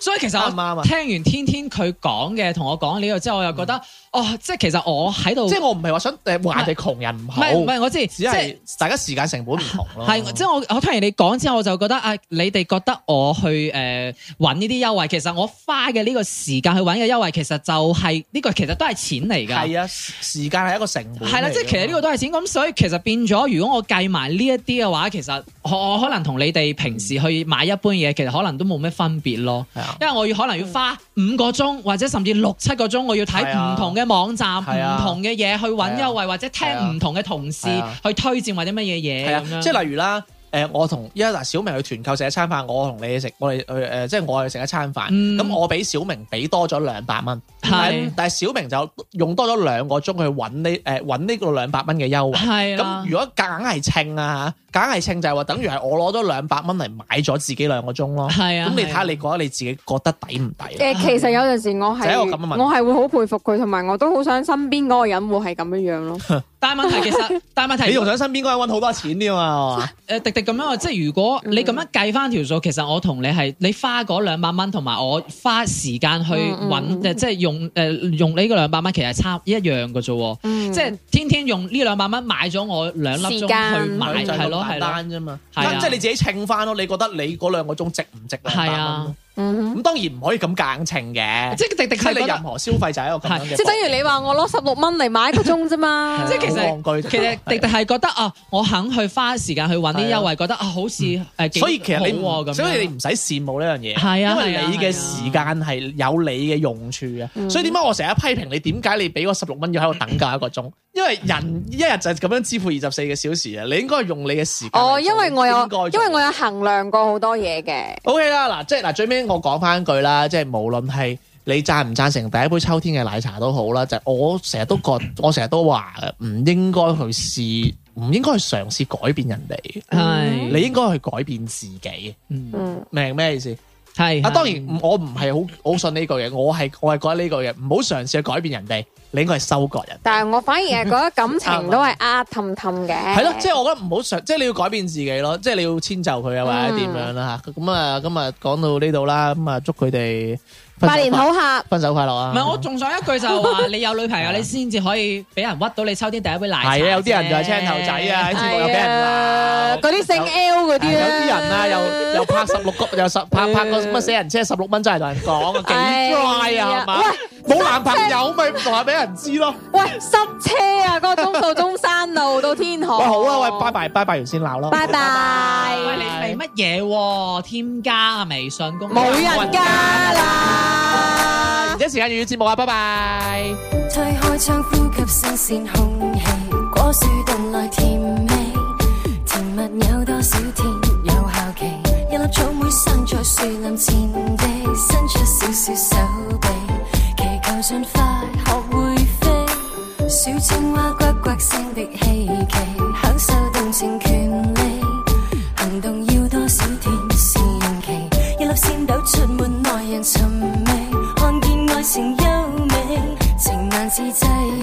所以其實
啱唔啱啊
我聽完天天佢講嘅，同我講呢個之後，我又覺得哦，即係其實我喺度，
嗯即
唔
係我唔係話想誒話人哋窮哦人唔好，
係唔係我知，
只
即係
係哦大家時間成本唔同咯。
係即係我我聽完你講之後，我就覺得啊，你哋覺得我去誒揾呢啲優惠，其實我花嘅呢個時間去揾嘅優惠，其實就係呢個其實都係錢嚟㗎。
係啊，時間係一個成本嚟㗎嘛。
係啦，即係其實呢個都係錢，咁所以其實變咗，如果我計埋呢一啲嘅話，其實我我可能同你哋平時去買一般嘢，其實可能都冇咩分別咯。
係啊
因為我要可能要花五個鐘或者甚至六七個鐘，我要睇
嗯係啊
唔同嘅網站、
係啊
唔同嘅嘢去揾優
係
惠，或者
係啊
聽唔同嘅同事
係啊
去推薦或者乜嘢
係
嘢
啊
咁樣。，
即係例如啦，誒我同依家嗱小明去團購食一餐飯，我同你去食，我哋去誒即係我去食一餐飯，
嗯
咁我俾小明俾多咗兩百蚊，
係
但係小明就用多咗兩個鐘去揾呢誒揾呢個兩百蚊嘅優惠。
係啊啦
咁，如果夾硬係稱啊嚇，夾硬係稱就係話等於係我攞咗兩百蚊嚟買咗自己兩個鐘咯。
係啊，
咁你睇下
係啊
你覺得你自己覺得抵唔抵啊？
誒，呃其實有陣時我
就係
係
一個咁嘅問題
我係會好佩服佢，同埋我都好想身邊嗰個人會係咁樣樣咯。
但係問
[laughs]
題其實，但係問題
你仲想身邊嗰個人揾好多錢啲嘛？係
[laughs]
嘛
誒滴滴咁樣啊，即係如果
嗯
你咁樣計翻條數，其實我同你係你花嗰兩百蚊，同埋我花時間去
嗯嗯
揾，
嗯
誒即係用誒、用呢個兩百蚊，其實係差一樣嘅啫喎。
嗯
即係天天用呢兩百蚊買咗我兩粒鐘
時間
去買，
就係
係咯
咁
係
簡
咯，
單啫嘛。
係啊
即係你自己稱翻咯，你覺得你嗰兩個鐘值唔值兩百
係
蚊
啊
咯？
嗯哼
咁當然唔可以咁硬稱嘅，
即係滴滴
即係
係
你
覺
任
得，
何消費就係一個咁樣嘅，
即係等於你話我攞十六蚊嚟買一個鐘啫
[laughs]
嘛，哦
即係其實
好戇居
其實滴滴係覺得啊，我肯去花時間去揾啲優惠，覺得啊好似誒幾
所以其實你
好
唔
喎咁樣，
所以你唔使羨慕呢樣嘢，
係啊
因為你
係
嘅
啊嗯
時間係有你嘅用處嘅，所以點解我成日批評你點解你俾我十六蚊要喺度等夠一個鐘？因為
嗯
人一日就係咁樣支付二十四個小時啊，你應該用你嘅時間嚟做。
哦，因為我有
應該做
因為我有衡量過好多嘢嘅，
O K 啦，嗱，即係嗱，最尾我講翻句啦，即係無論係你贊唔贊成第一杯秋天嘅奶茶都好啦，就係我成日都
[laughs]
覺，我成日都話唔應該去試，唔應該去嘗試改變人哋，
係
你應該去改變自己，
嗯
嗯，
明咩意思？
係
啊，當然唔我唔係好好信呢句嘢，我係我係覺得呢句嘢唔好嘗試去改變人哋，你應該係收割人。
但係我反而係覺得感
[laughs] 啱啊
情都係呃氹氹嘅，
係咯，即係我覺得唔好嘗，即係你要改變自己咯，即係你要遷就佢啊，或者點樣啦吓。咁啊，今日講到呢度啦，咁啊，祝佢哋分手
百年
快
好客，
分手快樂啊！
唔係，我仲想一句
[laughs]
就係話，你有女朋友你先至可以俾人屈到你秋天第一杯奶茶啫。
係啊，有啲人就係青頭仔啊，喺節目又俾人
啊
鬧，
嗰啲姓 L 嗰啲
有
咧，
有啲人啊，又又拍十六個，又十拍拍個乜死人車十六蚊真係同人講啊，幾
哎
dry 啊，係
呀
嘛？冇男朋友咪話俾人知咯。
[laughs] 喂塞車啊，嗰個中數中山路到天河，
喂，好啊，喂，拜，拜拜拜完先鬧啦。
拜拜，
喂，你未乜嘢喎？添加啊微信公眾
冇人加啦。
而家時間粵語節目啊，拜拜。
推開窗呼吸新鮮空氣，果樹燉來甜味，甜蜜有多少天有效期？一粒草莓生在樹林前地，伸出小小手臂，祈求盡快學會飛。小青蛙呱呱聲的稀奇，享受動情權利，行動要多少天試用期？一粒鮮豆出門耐人尋味，看見愛情優美，情難自制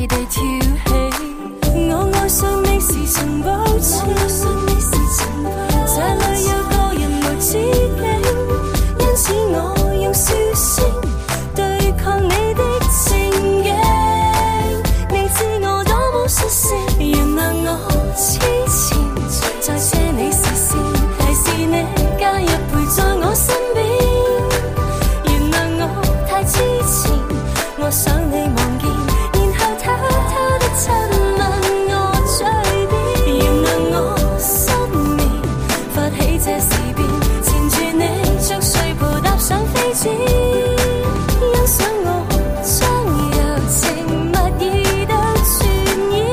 地跳起。我愛上你時曾保證，這裏有個人無止境，因此我用笑聲對抗你的情景。你知我多麼率性，原諒我痴纏，在車你視線，提示你加入陪在我身邊。原諒我太痴纏，我想你望見，然後偷偷的親吻我嘴邊。原諒我失眠，發起這事變，纏住你將睡袍搭上飛氈。欣賞我將柔情蜜意都傳染，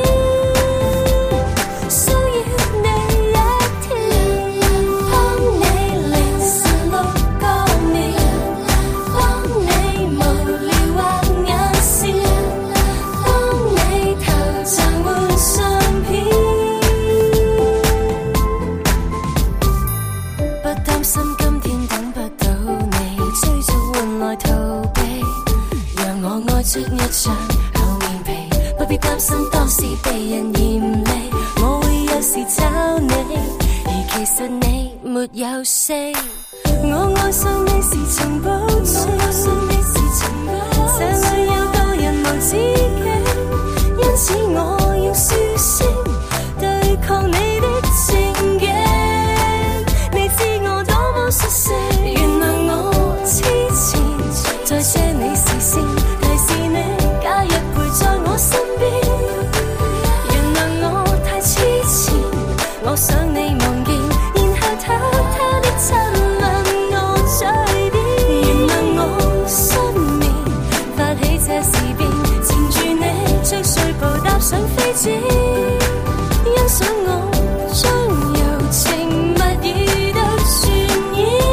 需要你一天幫你凌晨六個面，幫你無聊畫眼線，幫你頭像換相片。不擔心今天等不到你，追逐換來逃避，讓我愛出一張厚面皮，不必擔心當時被人嫌棄，我會有時找你，而其其實你沒有死。我愛上你是尋寶珠，這裏有個人無止境，因此我要説聲對抗你的情景。你知我多麼失色，原諒我痴纏，再借你視線，提示你假日陪在我身邊。原諒我太痴纏，我想你望見，然後偷偷的親吻我嘴邊。原諒我失眠，發起這事變，纏住你着睡袍踏上飛氈，欣賞我將柔情蜜語都渲染。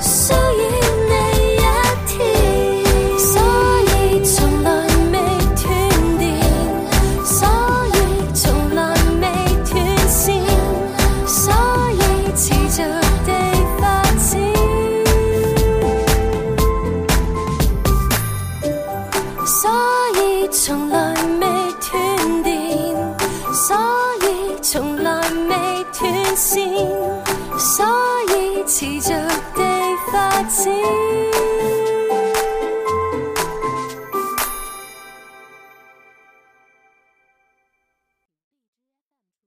需要你一天，所以從來未斷電，所以從來未斷線，所以持續地發展，所以從來未斷電。所以從來未斷線，所以持續地發展。